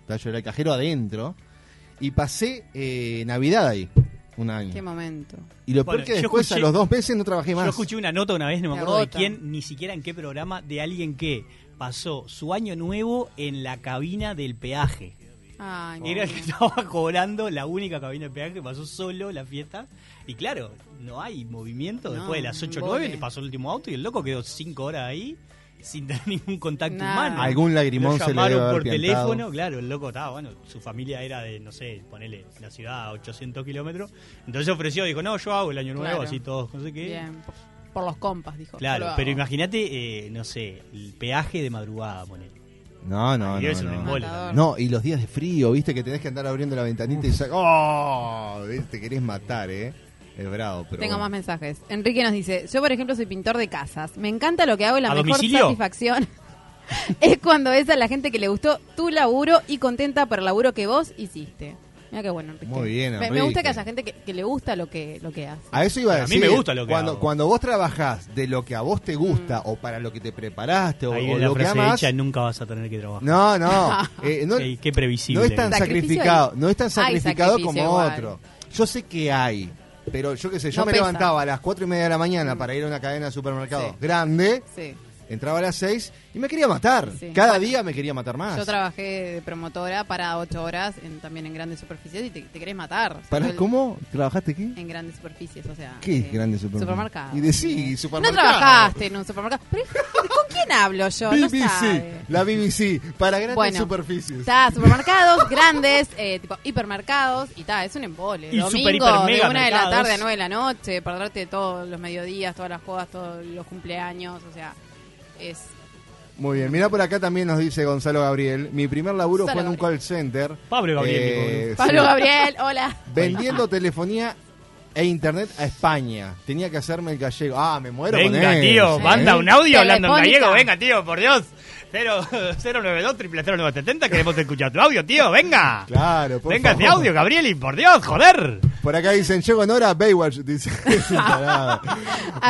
S3: o sea, yo era el cajero adentro, y pasé eh, Navidad ahí, un año.
S9: Qué momento.
S3: Mm. Y lo
S6: Bueno,
S3: peor que
S6: yo
S3: después,
S6: escuché-
S3: a los dos meses, no trabajé más.
S6: Yo escuché una nota una vez, no me
S9: Te
S6: acuerdo de
S9: agota.
S6: quién, ni siquiera en qué programa, de alguien que pasó su año nuevo en la cabina del peaje.
S9: Ay,
S6: Era el que estaba cobrando la única cabina de peaje, pasó solo la fiesta. Y claro, no hay movimiento.
S9: No,
S6: Después de las 8 o
S9: embole.
S6: 9 le pasó el último auto y el loco quedó 5 horas ahí sin tener ningún contacto
S9: Nada.
S6: humano.
S3: Algún lagrimón
S6: Lo
S3: se le
S6: llamaron
S3: debe haber
S6: por
S3: piantado.
S6: teléfono, claro, el loco estaba, bueno, su familia era de, no sé, ponele la ciudad a 800 kilómetros. Entonces ofreció, dijo, no, yo hago el año nuevo,
S9: Claro.
S6: así todos, no sé qué.
S9: Bien, por, por los compas, dijo. Yo lo
S6: Claro,
S9: hago.
S6: pero imagínate, eh, no sé, el peaje de madrugada, ponele.
S3: No, no,
S6: Ay,
S3: no.
S6: es un
S3: No.
S6: embole también.
S3: No, y los días de frío, viste, que tenés que andar abriendo la ventanita y sa- ¡Oh! Te querés matar, ¿eh? Es bravo, pero.
S9: Tengo
S3: bueno.
S9: más mensajes. Enrique nos dice, yo por ejemplo soy pintor de casas. Me encanta lo que hago y la
S3: ¿A
S9: mejor
S3: domicilio?
S9: satisfacción es cuando ves a la gente que le gustó tu laburo y contenta por el laburo que vos hiciste. Mira qué bueno, Enrique.
S3: Muy bien,
S9: Me, me gusta
S3: Enrique.
S9: que haya gente que, que le gusta lo que, lo que hace.
S3: A eso iba a
S6: A mí
S3: decir.
S6: me gusta lo que
S3: cuando,
S6: hago.
S3: Cuando vos trabajás de lo que a vos te gusta
S9: Mm.
S3: o para lo que te preparaste o,
S6: Ahí
S3: o
S6: viene la
S3: lo que
S6: frase
S3: amas.
S6: hecha, nunca vas a tener que trabajar.
S3: No, no. eh, no
S6: Ey, qué previsible.
S3: no es tan
S6: Sacrificio
S3: sacrificado,
S6: hay.
S3: no es tan
S6: Hay
S3: sacrificado como
S6: sacrificio igual.
S3: otro. Yo sé que hay, pero yo qué sé, yo
S9: No
S3: me
S9: pesa.
S3: levantaba a las cuatro y media de la mañana para ir a una cadena de supermercados
S9: Sí.
S3: grande
S9: Sí.
S3: Entraba a las 6 y me quería matar.
S9: Sí.
S3: Cada
S9: Bueno,
S3: día me quería matar más.
S9: Yo trabajé de promotora para ocho horas en- también en grandes superficies y te, te querés matar. O sea,
S3: ¿Para
S9: yo-
S3: cómo? ¿Trabajaste qué?
S9: En grandes superficies, o sea.
S3: ¿Qué es grande
S9: Eh, supermercado.
S3: Y de sí,
S9: No
S3: supermercado.
S9: trabajaste en un supermercado. Pero, ¿Con quién hablo yo? No
S3: BBC,
S9: sabe.
S3: la BBC, para grandes
S9: Bueno,
S3: superficies.
S9: Está, supermercados grandes, eh, tipo hipermercados, y está, es un embole.
S3: Y
S9: Domingo,
S3: super, hiper,
S9: de
S3: mega
S9: una de la
S3: mercados.
S9: tarde a nueve de la noche, perderte todos los mediodías, todas las jodas, todos los cumpleaños, o sea, es...
S3: Muy bien, mirá por acá también nos dice Gonzalo Gabriel. Mi primer laburo
S9: Gonzalo
S3: fue en un call center. Eh,
S6: Pablo Gabriel, mi
S9: Pablo
S3: sí.
S9: Gabriel, hola.
S3: Vendiendo telefonía e internet a España. Tenía que hacerme el gallego. Ah, me muero con
S6: Venga,
S3: eso,
S6: tío,
S3: ¿eh?
S6: manda un audio hablando en
S3: Telefónica.
S6: gallego. Venga, tío, por Dios. 0, 092 triple 0970 queremos escuchar tu audio, tío, venga.
S3: Claro, por
S6: Venga,
S3: favor.
S6: ese audio, Gabriel, y por Dios, joder.
S3: Por acá dicen, llego en hora, Baywatch. Dice, pará.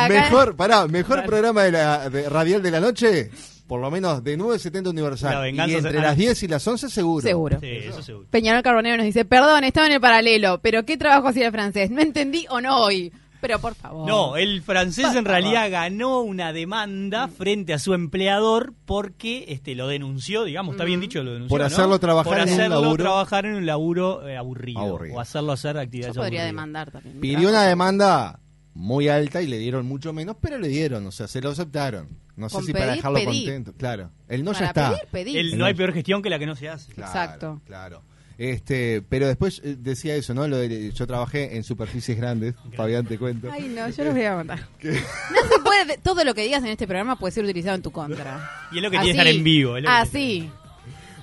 S3: mejor, pará, mejor programa de la, de- radial de la noche, por lo menos de 9.70
S6: La
S3: Universal.
S6: venganza
S3: Y entre
S6: se- ah.
S3: las 10 y las 11 seguro.
S9: Seguro.
S6: Sí, eso seguro.
S9: Peñarol Carbonero nos dice, perdón, estaba en el paralelo, pero ¿qué trabajo hacía el francés? No entendí o no hoy, pero por favor.
S6: No, el francés en realidad ganó una demanda frente a su empleador porque este lo denunció, digamos, está bien dicho, lo denunció.
S3: Por
S6: ¿no?
S3: hacerlo trabajar
S6: Por
S3: en un
S6: hacerlo
S3: laburo.
S6: trabajar en un laburo eh, aburrido,
S3: Aburrido.
S6: o hacerlo hacer
S9: Yo
S6: actividades
S9: podría
S6: aburridas.
S9: demandar también.
S3: Pidió una demanda muy alta y le dieron mucho menos, pero le dieron, o sea, se lo aceptaron. No sé
S9: Con
S3: si para
S9: pedir,
S3: dejarlo
S9: pedí.
S3: contento. Claro, el no ya
S9: Para
S3: está.
S9: pedir, pedí. El
S6: El no hay peor gestión que la que no se hace.
S3: Claro,
S9: Exacto.
S3: Claro. Este, pero después eh, decía eso, ¿no? Lo de- yo trabajé en superficies grandes, Fabián te cuento.
S9: Ay, no,
S3: Eh,
S9: yo los voy a matar. No se puede, todo lo que digas en este programa puede ser utilizado en tu contra. ah,
S6: Y es lo que tiene estar en vivo, es lo que
S9: Así.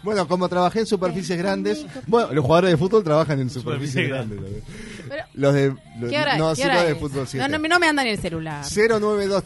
S3: Bueno, como trabajé en
S9: Eh,
S3: superficies grandes, bueno, los jugadores de fútbol trabajan en superficies grandes. Los de los-
S9: ¿Qué hora
S3: no,
S9: es?
S3: sí,
S9: ¿Qué hora
S3: los de
S9: es?
S3: fútbol
S9: no,
S3: 7.
S9: no, me- no me andan el celular.
S3: 092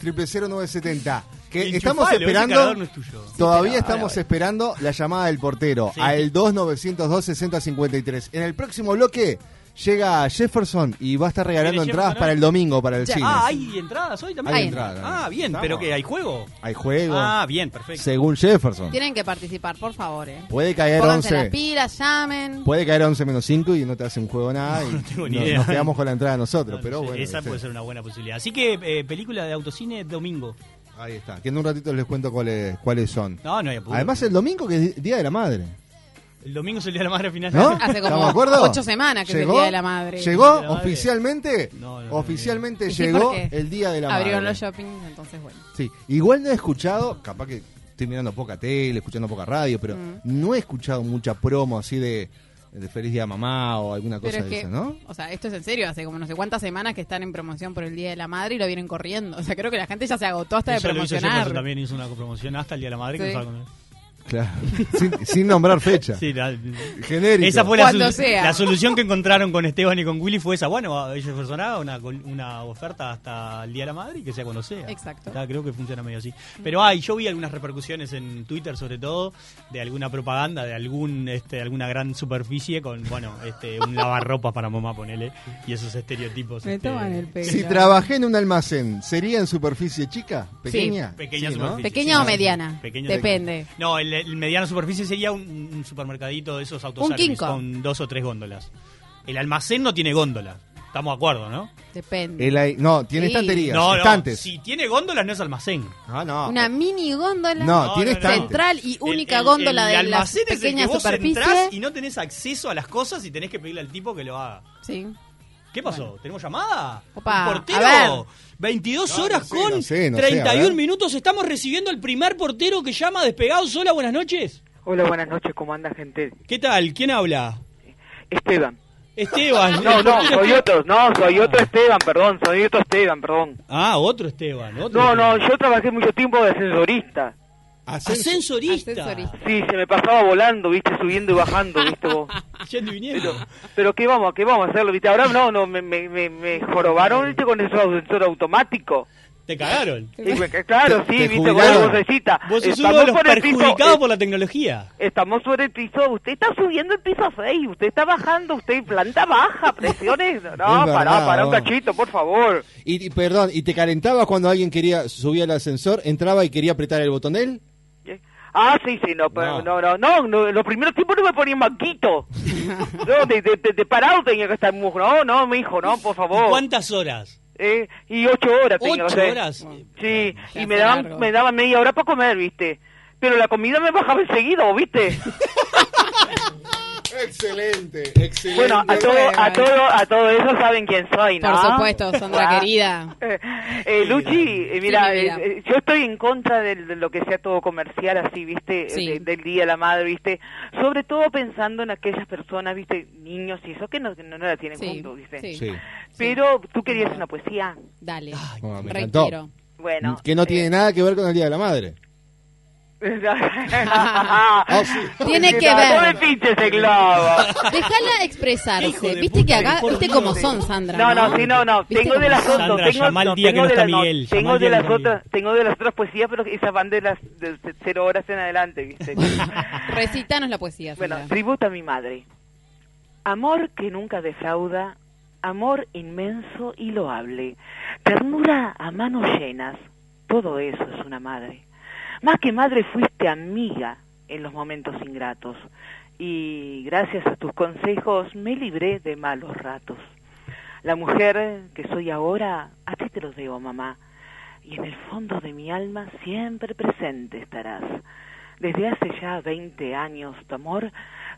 S3: 0970 que
S6: Enchufalo,
S3: estamos
S6: ese
S3: esperando
S6: cargador no es tuyo.
S3: todavía
S6: Sí, pero-
S3: estamos esperando la llamada del portero
S6: Sí.
S3: al 2902 6053 en el próximo bloque llega Jefferson y va a estar regalando
S6: ¿Viene
S3: entradas
S6: Jefferson
S3: para el domingo para el
S6: Ya-
S3: cine
S6: Ah, hay entradas hoy también.
S3: Hay Hay entradas. entradas.
S6: Ah, bien,
S3: Estamos.
S6: pero que hay juego.
S3: hay juego
S6: Ah, bien, perfecto.
S3: según Jefferson
S9: Tienen que participar, por favor. eh.
S3: puede caer
S9: Pónganse
S3: 11
S9: las pilas, llamen.
S3: puede caer 11 menos 5 y no te hacen juego nada y
S6: tengo ni
S3: nos,
S6: idea.
S3: nos quedamos con la entrada nosotros
S6: No,
S3: pero
S6: sí,
S3: bueno
S6: esa
S3: este,
S6: puede ser una buena posibilidad. Así que eh, película de autocine domingo.
S3: ahí está que en un ratito les cuento cuáles cuáles son
S6: No, no hay apuro.
S3: además el domingo que es día de la madre
S6: El domingo es el día de la madre final.
S3: ¿No?
S9: Hace como
S3: ¿Estamos de acuerdo?
S9: ocho semanas que es el Día de la Madre.
S3: ¿Llegó
S9: De la madre.
S3: oficialmente? oficialmente
S9: Sí,
S3: llegó
S9: porque
S3: el Día de la
S9: Abrieron
S3: Madre.
S9: los shoppings, entonces bueno.
S3: Sí, igual no he escuchado, capaz que estoy mirando poca tele, escuchando poca radio, pero
S9: Mm.
S3: no he escuchado mucha promo así de, de Feliz Día Mamá o alguna cosa
S9: Pero es
S3: de
S9: que,
S3: esa, ¿no?
S9: o sea, esto es en serio, hace como no sé cuántas semanas que están en promoción por el Día de la Madre y lo vienen corriendo. O sea, creo que la gente ya se agotó hasta de
S6: Eso lo hizo Jefferson
S9: promocionar.
S6: también, hizo una copromoción hasta el día de la madre.
S9: Sí.
S6: Que usaba con-
S3: Claro. sin, sin nombrar fecha.
S6: Sí, la-
S3: Genérico.
S6: Esa fue la,
S9: Cuando
S6: solu-
S9: sea.
S6: la solución que encontraron con Esteban y con Willy fue esa. Bueno, a Jefferson haga una, col- una oferta hasta el Día de la Madre y que sea cuando sea.
S9: Exacto.
S6: Ya, creo que funciona medio así. Pero hay, yo vi algunas repercusiones en Twitter sobre todo de alguna propaganda, de algún este, alguna gran superficie con, bueno, este, un lavarropas para mamá, ponele, y esos estereotipos.
S9: Me
S6: este,
S9: toman el pelo.
S3: Si trabajé en un almacén, ¿sería en superficie chica? ¿Pequeña?
S9: Sí.
S6: Pequeña
S3: Sí, ¿no?
S6: superficie.
S9: Pequeña o
S6: Sí.
S9: mediana,
S6: Pequeño-
S9: depende.
S6: No, el, el mediano superficie sería un, un supermercadito de esos autos
S9: quinco.
S6: con dos o tres góndolas. El almacén no tiene góndolas. Estamos de acuerdo, ¿no?
S9: Depende.
S3: El ahí- no, tiene
S9: Sí.
S3: estanterías,
S6: No, no,
S3: estantes.
S6: Si tiene góndolas no es almacén.
S3: Ah, no.
S16: eh.
S9: Una mini góndola
S3: No, No, tiene no, no. estantes.
S9: central y única
S6: El- el-
S9: góndola
S6: el
S9: de la
S6: almacén es el
S9: pequeña
S6: que vos
S9: superficie.
S6: entrás y no tenés acceso a las cosas y tenés que pedirle al tipo que lo haga.
S9: Sí.
S6: ¿Qué pasó? ¿Tenemos llamada?
S9: Opa,
S6: ¿Un portero?
S9: a ver.
S6: 22 horas
S3: sé,
S6: con
S3: no sé, no sé, a
S6: 31
S3: ver.
S6: minutos. Estamos recibiendo al primer portero que llama despegado. Hola, buenas noches.
S18: Hola, buenas noches, ¿cómo anda gente?
S6: ¿Qué tal? ¿Quién habla?
S18: Esteban.
S6: Esteban.
S18: No,
S6: el
S18: no,
S6: portero
S18: soy
S6: Esteban.
S18: otro, no, soy otro Esteban, perdón, soy otro Esteban, perdón.
S6: Ah, otro Esteban. Otro
S18: No,
S6: Esteban.
S18: no, yo trabajé mucho tiempo de ascensorista.
S6: Ascensorista.
S18: Sí, se me pasaba volando, viste, subiendo y bajando, viste vos.
S6: Yendo y viniendo.
S18: Pero qué vamos, qué vamos a hacerlo, viste, ahora no, no, me, me, me, me jorobaron, viste, con esos ascensor automático.
S6: Te cagaron.
S18: Sí, me- claro,
S6: Te-
S18: sí,
S6: te
S18: viste, con la
S6: jubilaron.
S18: vocecita.
S6: Vos sos uno
S18: Estamos
S6: de los
S18: por el piso- Eh,
S6: perjudicados por la tecnología.
S18: Estamos sobre el piso, usted está subiendo el piso 6, usted está bajando, usted planta baja, presiones. No,
S3: verdad,
S18: pará, pará un
S3: vamos.
S18: cachito, por favor.
S3: Y, y perdón, ¿y te calentabas cuando alguien quería subía al ascensor, entraba y quería apretar el botón de él?
S18: Ah, sí, sí, no, pero no, no, no, no, los primeros tiempos no me ponían banquito. No, de, de, de- de parado tenía que estar, mu- no, no, mi hijo, no, por favor.
S6: ¿Cuántas horas?
S16: eh, y ocho horas tenía
S6: ¿Ocho
S16: que hacer.
S6: horas?
S16: Sí, y me
S6: fue
S16: daban,
S6: largo.
S16: me daban media hora para comer, ¿viste? Pero la comida me bajaba enseguida, ¿viste?
S2: Excelente, excelente.
S16: Bueno, a todo, a todo, a todo eso saben quién soy, ¿no?
S9: Por supuesto, Sandra
S16: Ah.
S9: querida.
S16: Eh, Luchi, eh, mira,
S9: Sí, mi vida.
S16: eh, eh, yo estoy en contra del- de, lo que sea todo comercial así, ¿viste? eh,
S9: Sí.
S16: De- del Día de la Madre, ¿viste? Sobre todo pensando en aquellas personas, ¿viste? Niños y eso que no, que no la tienen
S9: Sí,
S16: juntos, ¿viste?
S9: sí.
S3: Sí.
S16: Pero tú querías una poesía.
S9: Dale.
S3: Ah, me encantó.
S9: Requiero.
S16: Bueno.
S3: que no tiene nada que ver con el Día de la Madre. Mm.
S16: Ah,
S9: Tiene que
S16: No
S9: ver.
S16: me pinches el globo.
S9: Déjala
S16: Hijo
S9: expresarse.
S16: de
S9: Viste que
S16: puta,
S9: acá,
S16: por
S9: viste
S16: Dios.
S9: cómo son, Sandra.
S16: No, no, sí, no, no.
S9: ¿Viste
S16: Tengo de
S9: cómo
S16: las
S9: son?
S16: otras, tengo,
S6: llama al
S16: no,
S6: día que
S16: tengo
S6: no
S16: de
S6: está
S16: las- no,
S6: Miguel, llama
S16: tengo
S6: al
S16: de
S6: día que
S16: las
S6: no está
S16: otras, tengo de las otras poesías, pero esas van de las de cero horas en adelante, ¿viste?
S9: Recitanos la poesía.
S16: Bueno,
S9: Sandra.
S16: tributo a mi madre. Amor que nunca defrauda, amor inmenso y loable, ternura a manos llenas, todo eso es una madre. Más que madre fuiste amiga en los momentos ingratos y gracias a tus consejos me libré de malos ratos. La mujer que soy ahora, a ti te lo debo, mamá, y en el fondo de mi alma siempre presente estarás. Desde hace ya 20 años, tu amor,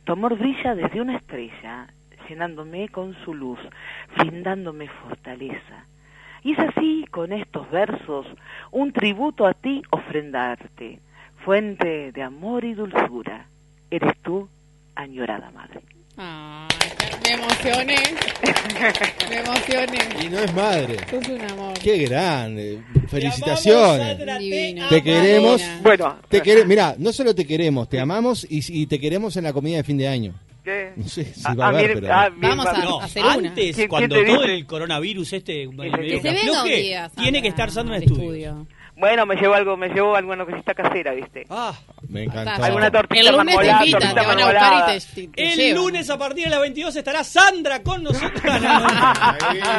S16: tu amor brilla desde una estrella, llenándome con su luz, brindándome fortaleza. Y es así con estos versos, un tributo a ti ofrendarte, fuente de amor y dulzura. Eres tú, añorada madre.
S9: Ay, me emocioné. Me emocioné.
S3: Y no es madre.
S9: Sos un amor.
S3: Qué grande. Felicitaciones.
S9: Divina.
S3: Te queremos.
S16: Bueno,
S3: Te quere- Mirá, no solo te queremos, te amamos y, y te queremos en la comida de fin de año. No sé si va a haber, pero-
S9: Vamos a- a hacer una.
S6: Antes,
S9: ¿Quién-
S6: cuando
S16: quién te
S6: todo
S16: dice?
S6: el coronavirus este medio
S16: se
S6: que
S9: venga un
S6: afloje,
S9: día, Sandra,
S6: tiene que estar Sandra en el estudio.
S16: Bueno, me llevo algo, me llevo alguna cosita casera, ¿viste?
S6: Ah.
S3: Me encantó.
S16: Alguna tortita
S9: El lunes te
S16: marmolada,
S9: invitan,
S16: tortita
S9: te van a buscar y
S16: marmolada.
S9: te, te- te
S6: El
S9: llevan.
S6: lunes a partir de las 22 estará Sandra con nosotros. No,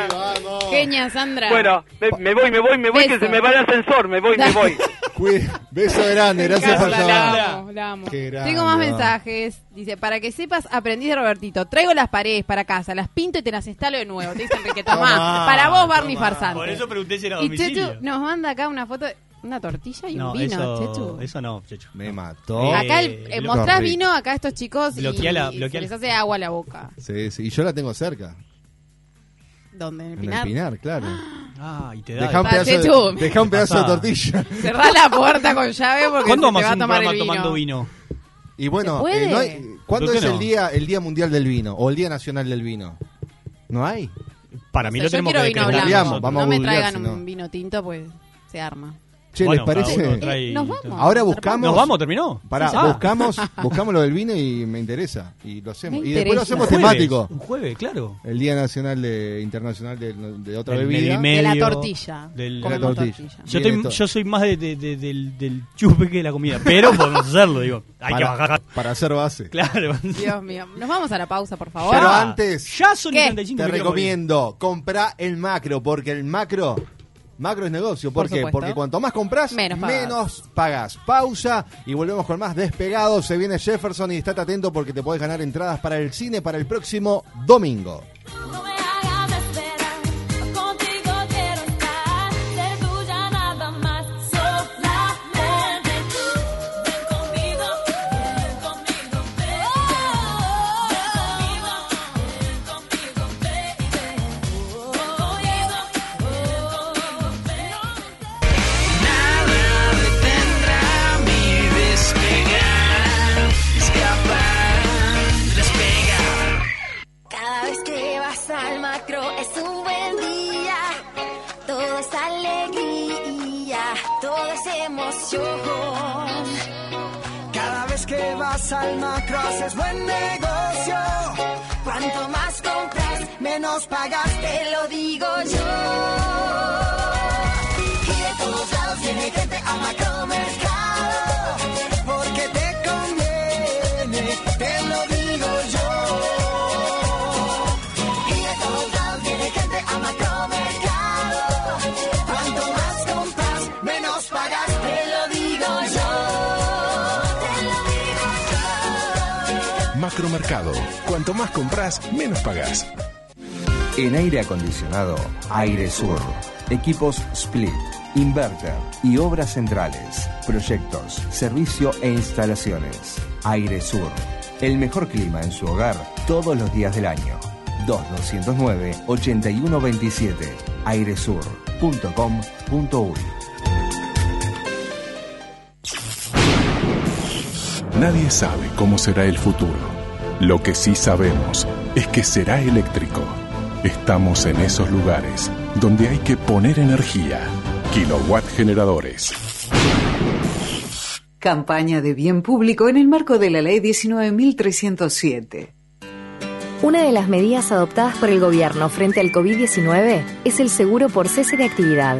S6: no, no.
S9: Genia, Sandra.
S16: Bueno, me, me voy, me voy, me voy, que
S9: Beso.
S16: se me va el ascensor, me voy, me voy.
S3: Cuida- Beso grande, gracias por
S9: Carla, la
S3: llamar.
S9: amo, la amo.
S3: Qué grande.
S9: Tengo más mensajes. Dice, para que sepas, aprendí de Robertito. Traigo las paredes para casa, las pinto y te las instalo de nuevo. Te dice Enrique, tomá.
S6: Tomá,
S9: para vos, Barney
S6: tomá.
S9: Farsante.
S6: Por eso pregunté si era
S9: Y
S6: domicilio.
S9: Chechu nos manda acá una foto de una tortilla y
S6: No,
S9: un vino,
S6: eso,
S9: Chechu.
S6: eso no, Chechu.
S3: Me mató.
S9: acá el, eh, mostrás vino acá a estos chicos y,
S3: Bloqueala,
S9: y se
S3: bloqueala.
S9: les hace agua a la boca.
S3: Sí, sí, y yo la tengo cerca.
S9: ¿Dónde? ¿En el
S3: En el
S9: pinar?
S3: Pinar, claro.
S6: Ah, y te da.
S3: Deja un
S9: Pa,
S3: pedazo,
S9: Chechu.
S3: de, dejá un pedazo de
S6: Pasá.
S3: tortilla.
S9: Cerrá la puerta con llave porque
S6: ¿Cuándo
S9: se te
S6: vamos
S9: va
S6: a
S9: a
S6: hacer un
S9: tomar el
S6: programa
S9: vino.
S6: tomando vino?
S3: Y bueno,
S9: ¿Se puede?
S3: eh, no hay- ¿cuándo
S6: ¿Por
S3: es
S6: qué no?
S3: el día el día mundial del vino o el día nacional del vino? ¿No hay?
S6: Para
S9: O sea, yo quiero vino
S3: decretar.
S9: blanco.
S3: Googleamos, vamos
S9: no
S3: a
S9: me
S3: googlear,
S9: traigan
S3: si no.
S9: un vino tinto, pues se arma.
S3: Che,
S6: Bueno,
S3: ¿les
S6: cada
S3: parece?
S6: uno trae- Eh,
S9: Nos vamos.
S3: Ahora buscamos.
S6: Nos vamos, terminó.
S3: Pará,
S6: Ah.
S3: buscamos, buscamos lo del vino y me interesa. Y lo hacemos.
S9: Me
S3: Y después lo
S9: interesa.
S3: hacemos
S6: Jueves,
S3: temático.
S6: Un jueves, Eh, claro.
S3: El Día Nacional de, Internacional de, de otra
S6: Del
S3: bebida.
S6: medio y
S9: De la
S6: medio,
S9: tortilla.
S6: del-
S9: Comemos
S3: De la tortilla.
S6: Yo,
S3: Viene
S6: estoy-
S3: todo.
S6: yo soy más de- de- de- del, del chupe que de la comida, pero podemos hacerlo, digo. Hay que
S3: para,
S6: bajar.
S3: para hacer base.
S6: Claro.
S9: Dios mío. Nos vamos a la pausa, por favor.
S3: Pero antes,
S6: Ya son
S9: ¿Qué?
S6: 95
S3: te
S6: minutos.
S3: recomiendo, comprá el macro, porque el macro, macro es negocio. ¿Por,
S9: Por
S3: qué?
S9: supuesto.
S3: Porque cuanto más compras,
S9: Menos pagás.
S3: pagás. Pausa y volvemos con más despegados. Se viene Jefferson y estate atento porque te podés ganar entradas para el cine para el próximo domingo.
S11: No me hagas esperar, contigo quiero estar, ser tuya nada más, solamente tú. Ven conmigo, ven conmigo, ven conmigo, ven conmigo, ven conmigo, ven conmigo.
S19: Nada detendrá mi despegar, escapar, despegar.
S11: Cada vez que vas al macro es un buen día, todo es alegría, todo es emoción.
S20: Cada vez que vas al macro es buen negocio.
S11: Cuanto más compras, menos pagas, te lo digo yo.
S20: Y de todos lados viene gente a macromercado. Porque te conviene, te lo digo yo. Y de todos lados viene gente a macromercado. Cuanto más compras, menos pagas, te lo digo yo.
S21: Macromercado. Cuanto más compras, menos pagas.
S22: En aire acondicionado, Aire Sur. Equipos Split, Inverter y Obras Centrales. Proyectos, servicio e instalaciones. Aire Sur. El mejor clima en su hogar todos los días del año. 2209-8127. airesur.com.uy
S21: Nadie sabe cómo será el futuro. Lo que sí sabemos es que será eléctrico. Estamos en esos lugares donde hay que poner energía. Kilowatt generadores.
S16: Campaña de bien público en el marco de la Ley 19.307.
S1: Una de las medidas adoptadas por el gobierno frente al COVID-19 es el seguro por cese de actividad.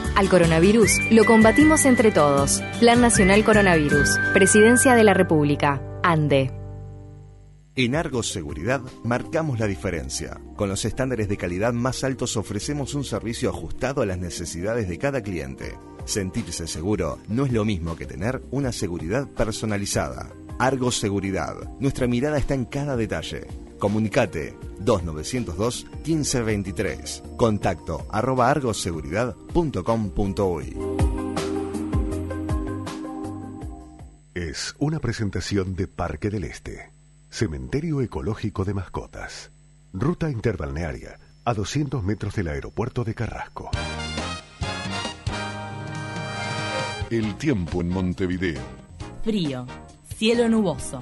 S1: Al coronavirus lo combatimos entre todos. Plan Nacional Coronavirus. Presidencia de la República. ANDE.
S3: En Argos Seguridad marcamos la diferencia. Con los estándares de calidad más altos ofrecemos un servicio ajustado a las necesidades de cada cliente. Sentirse seguro no es lo mismo que tener una seguridad personalizada. Argos Seguridad. Nuestra mirada está en cada detalle. Comunicate 2902 1523. Contacto arroba argoseguridad.com.uy.
S2: Es una presentación de Parque del Este, Cementerio Ecológico de Mascotas, Ruta Interbalnearia a 200 metros del aeropuerto de Carrasco. El tiempo en Montevideo.
S23: Frío. Cielo nuboso.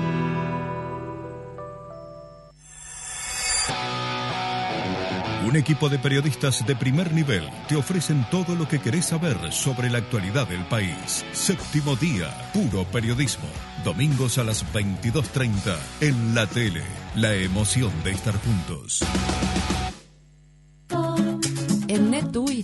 S24: Un equipo de periodistas de primer nivel te ofrecen todo lo que querés saber sobre la actualidad del país. Séptimo día, puro periodismo. Domingos a las 22.30 en la tele. La emoción de estar juntos.
S25: En NetUI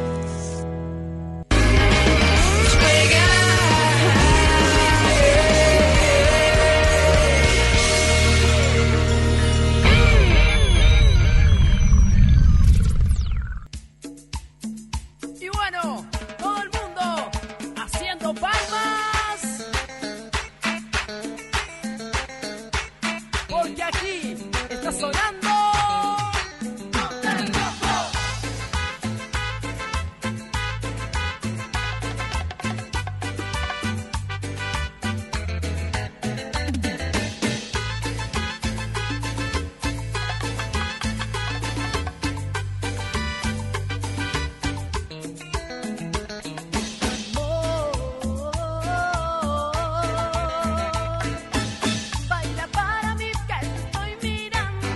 S11: Y bueno, todo el mundo haciendo palmas. Porque aquí está sonando.
S26: Baila para mí que te estoy mirando.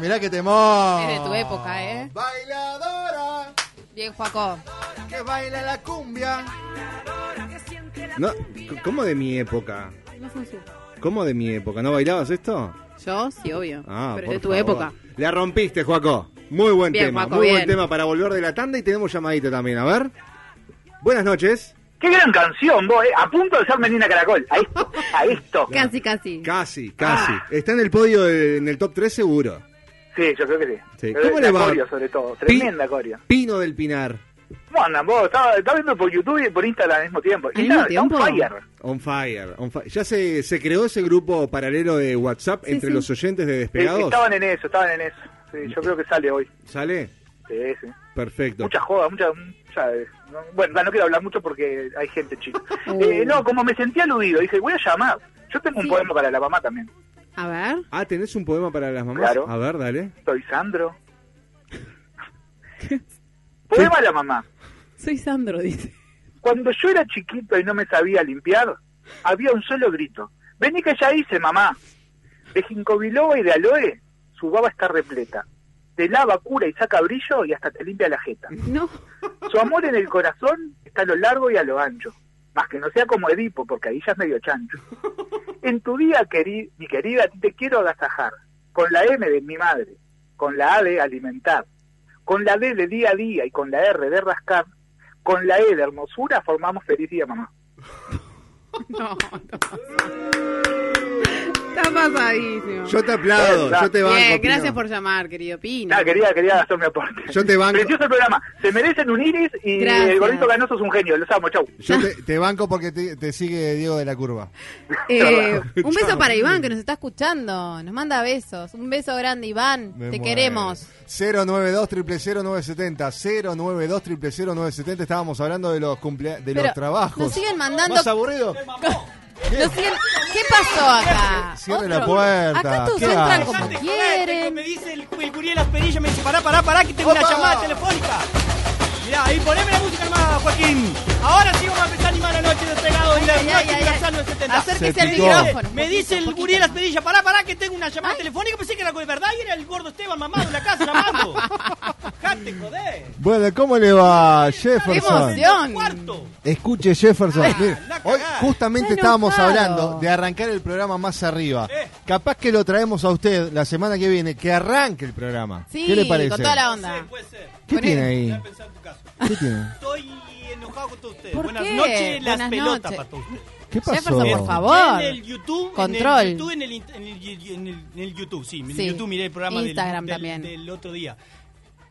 S17: Mirá que temón.
S9: Es de tu época, ¿eh?
S17: Bailadora.
S9: Bien, Joaco.
S17: Que baila la cumbia.
S3: No, c- ¿Cómo de mi época?
S9: No funciona.
S3: ¿Cómo de mi época? ¿No bailabas esto?
S9: Yo, sí, obvio.
S3: Ah,
S9: pero
S3: por
S9: es de tu
S3: favor.
S9: época.
S3: La rompiste, Joaco. Muy buen
S9: Bien,
S3: tema,
S9: Joaco,
S3: muy buen
S9: bien.
S3: tema para volver de la tanda y tenemos llamadita también, a ver. Buenas noches.
S5: Qué gran canción, vos, eh. a punto de ser Menina Caracol. A esto, a esto.
S9: Casi, casi.
S3: Casi, casi.
S5: Ah.
S3: Está en el podio, de- en el top 3 seguro.
S5: Sí, yo creo que sí.
S3: Sí.
S5: Pero
S3: ¿Cómo
S5: la
S3: le va?
S5: Corio, sobre todo. Tremenda Corio.
S3: Pino del Pinar,
S5: ¿Cómo andan vos? Estaba, estaba viendo por YouTube y por Instagram al mismo tiempo.
S9: mismo
S5: Instagram está on
S9: tiempo?
S5: fire.
S3: on fire. on fi- Ya se, se creó ese grupo paralelo de WhatsApp
S5: Sí,
S3: entre
S5: sí.
S3: los oyentes de
S5: Sí, sí,
S3: Despegados.
S5: estaban en eso, estaban en eso. Sí, yo creo que sale hoy.
S3: ¿Sale?
S5: Sí, sí.
S3: Perfecto.
S5: Muchas jodas, muchas... ya, eh, no- bueno, no quiero hablar mucho porque hay gente chica. Eh, no, como me sentí aludido, dije, voy a llamar. Yo tengo un poema para la mamá también.
S9: A ver.
S3: Ah, ¿tenés un poema para las mamás?
S5: Claro.
S3: A ver, dale.
S5: Soy Sandro. Poema a la mamá.
S9: Soy Sandro, dice.
S5: Cuando yo era chiquito y no me sabía limpiar, había un solo grito. Vení que ya hice, mamá. De ginkgo biloba y de aloe, su baba está repleta. Te lava, cura y saca brillo y hasta te limpia la jeta.
S9: No.
S5: Su amor en el corazón está a lo largo y a lo ancho. Más que no sea como Edipo, porque ahí ya es medio chancho. En tu día, queri- mi querida, a ti te quiero agasajar. Con la M de mi madre, con la A de alimentar, con la D de día a día y con la R de rascar, con la E de hermosura formamos feliz día, mamá.
S9: No, no. Está pasadísimo.
S3: Yo te aplaudo, yo te banco,
S9: Bien,
S3: Pino.
S9: gracias por llamar, querido Pino. Eh,
S5: Nada, Ah, quería, quería hacer mi aporte.
S3: Yo te banco.
S5: Precioso el programa. Se merecen un iris y
S9: Gracias.
S5: el gordito ganoso es un genio. Los amo, chau.
S17: Yo te, te banco porque te, te sigue Diego de la Curva.
S9: Eh, un beso para Iván que nos está escuchando. Nos manda besos. Un beso grande, Iván.
S17: Me
S9: te
S17: muero.
S9: queremos.
S17: 092 0970 092 0970 Estábamos hablando de los cumplea de
S9: Pero
S17: los trabajos.
S9: Nos siguen mandando.
S17: Más aburrido.
S9: Nos siguen- ¿Qué pasó acá?
S17: Cierre la puerta.
S9: Acá todos
S17: ¿Qué
S9: entran
S17: haces?
S9: como
S6: quieren. Me dice el, el curí de las perillas, me dice, pará, pará, pará, que tengo una
S27: ¡Opa!
S6: llamada telefónica. Mirá, ahí poneme la música armada, Joaquín. Ahora sí vamos a empezar a animar la noche de pegado y la
S27: Ay, ay,
S6: noche
S27: ay, ay.
S6: universal 970.
S27: Acérquese
S6: Me
S27: al
S6: dice-
S27: micrófono,
S6: Me dice el curí de las perillas, pará, pará, que tengo una llamada telefónica. Pensé que era de verdad y era el gordo Esteban mamado en la casa llamando. Jate, joder.
S17: Bueno, ¿cómo le va Jefferson?
S6: Cuarto.
S17: Escuche Jefferson. mire, hoy justamente
S6: Está
S17: estábamos
S6: enojado.
S17: hablando de arrancar el programa más arriba.
S6: Eh.
S17: Capaz que lo traemos a usted la semana que viene, que arranque el programa.
S9: Sí,
S17: ¿Qué le parece?
S9: con toda la onda.
S6: pues.
S17: ¿Qué tiene ahí? ¿Qué tiene?
S9: ¿Por
S6: Buenas
S9: qué?
S6: noches, las
S9: Buenas
S6: pelotas
S9: noches.
S6: para todos.
S17: ¿Qué pasó?
S9: Jefferson, por
S6: En
S9: favor.
S6: el YouTube,
S9: Control.
S6: En el YouTube, en el, in- en el- en el- en el YouTube, sí. En el
S9: Sí.
S6: YouTube miré el programa del-
S9: Instagram
S6: del,
S9: también.
S6: del otro día.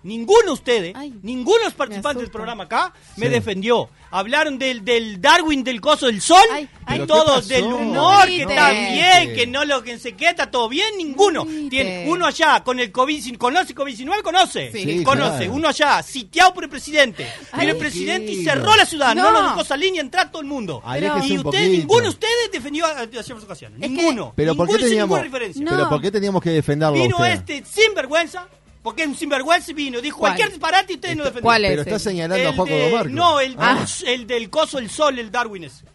S6: Ninguno de ustedes, ninguno de los participantes del programa acá me defendió. Hablaron del, del Darwin, del coso del sol, y
S27: ¿pero qué
S6: todos
S27: pasó?
S6: del humor, que
S27: No
S6: está
S27: grite.
S6: bien, que no lo que se queda, está todo bien, ninguno. Tiene uno allá con el COVID, conoce COVID-19, conoce,
S27: Sí. Sí,
S6: conoce,
S27: claro.
S6: uno allá, sitiado por el presidente.
S27: Ay.
S6: Pero el presidente y
S27: Tranquilo.
S6: cerró la ciudad, no,
S27: No.
S6: Ah, lo dejó salir ni entrar todo el mundo.
S17: Aléjese
S6: y
S17: un
S6: ustedes,
S17: poquito.
S6: ninguno de ustedes defendió a, a Jefferson Cassiano. Ninguno.
S17: Pero ¿por qué
S6: Ninguno hizo
S17: teníamos
S6: ninguna referencia.
S17: Pero ¿por qué teníamos que defenderlo a
S6: Vino
S17: usted?
S6: este sinvergüenza, porque es un sinvergüenza y vino. Dijo
S17: ¿Cuál?
S6: cualquier disparate y ustedes no defendieron.
S17: ¿cuál es Pero está ese? señalando a
S6: El
S17: Juaco
S6: de-
S17: Domarco.
S6: No, el,
S17: Ah.
S6: del- el del coso, el sol, el Darwin ese.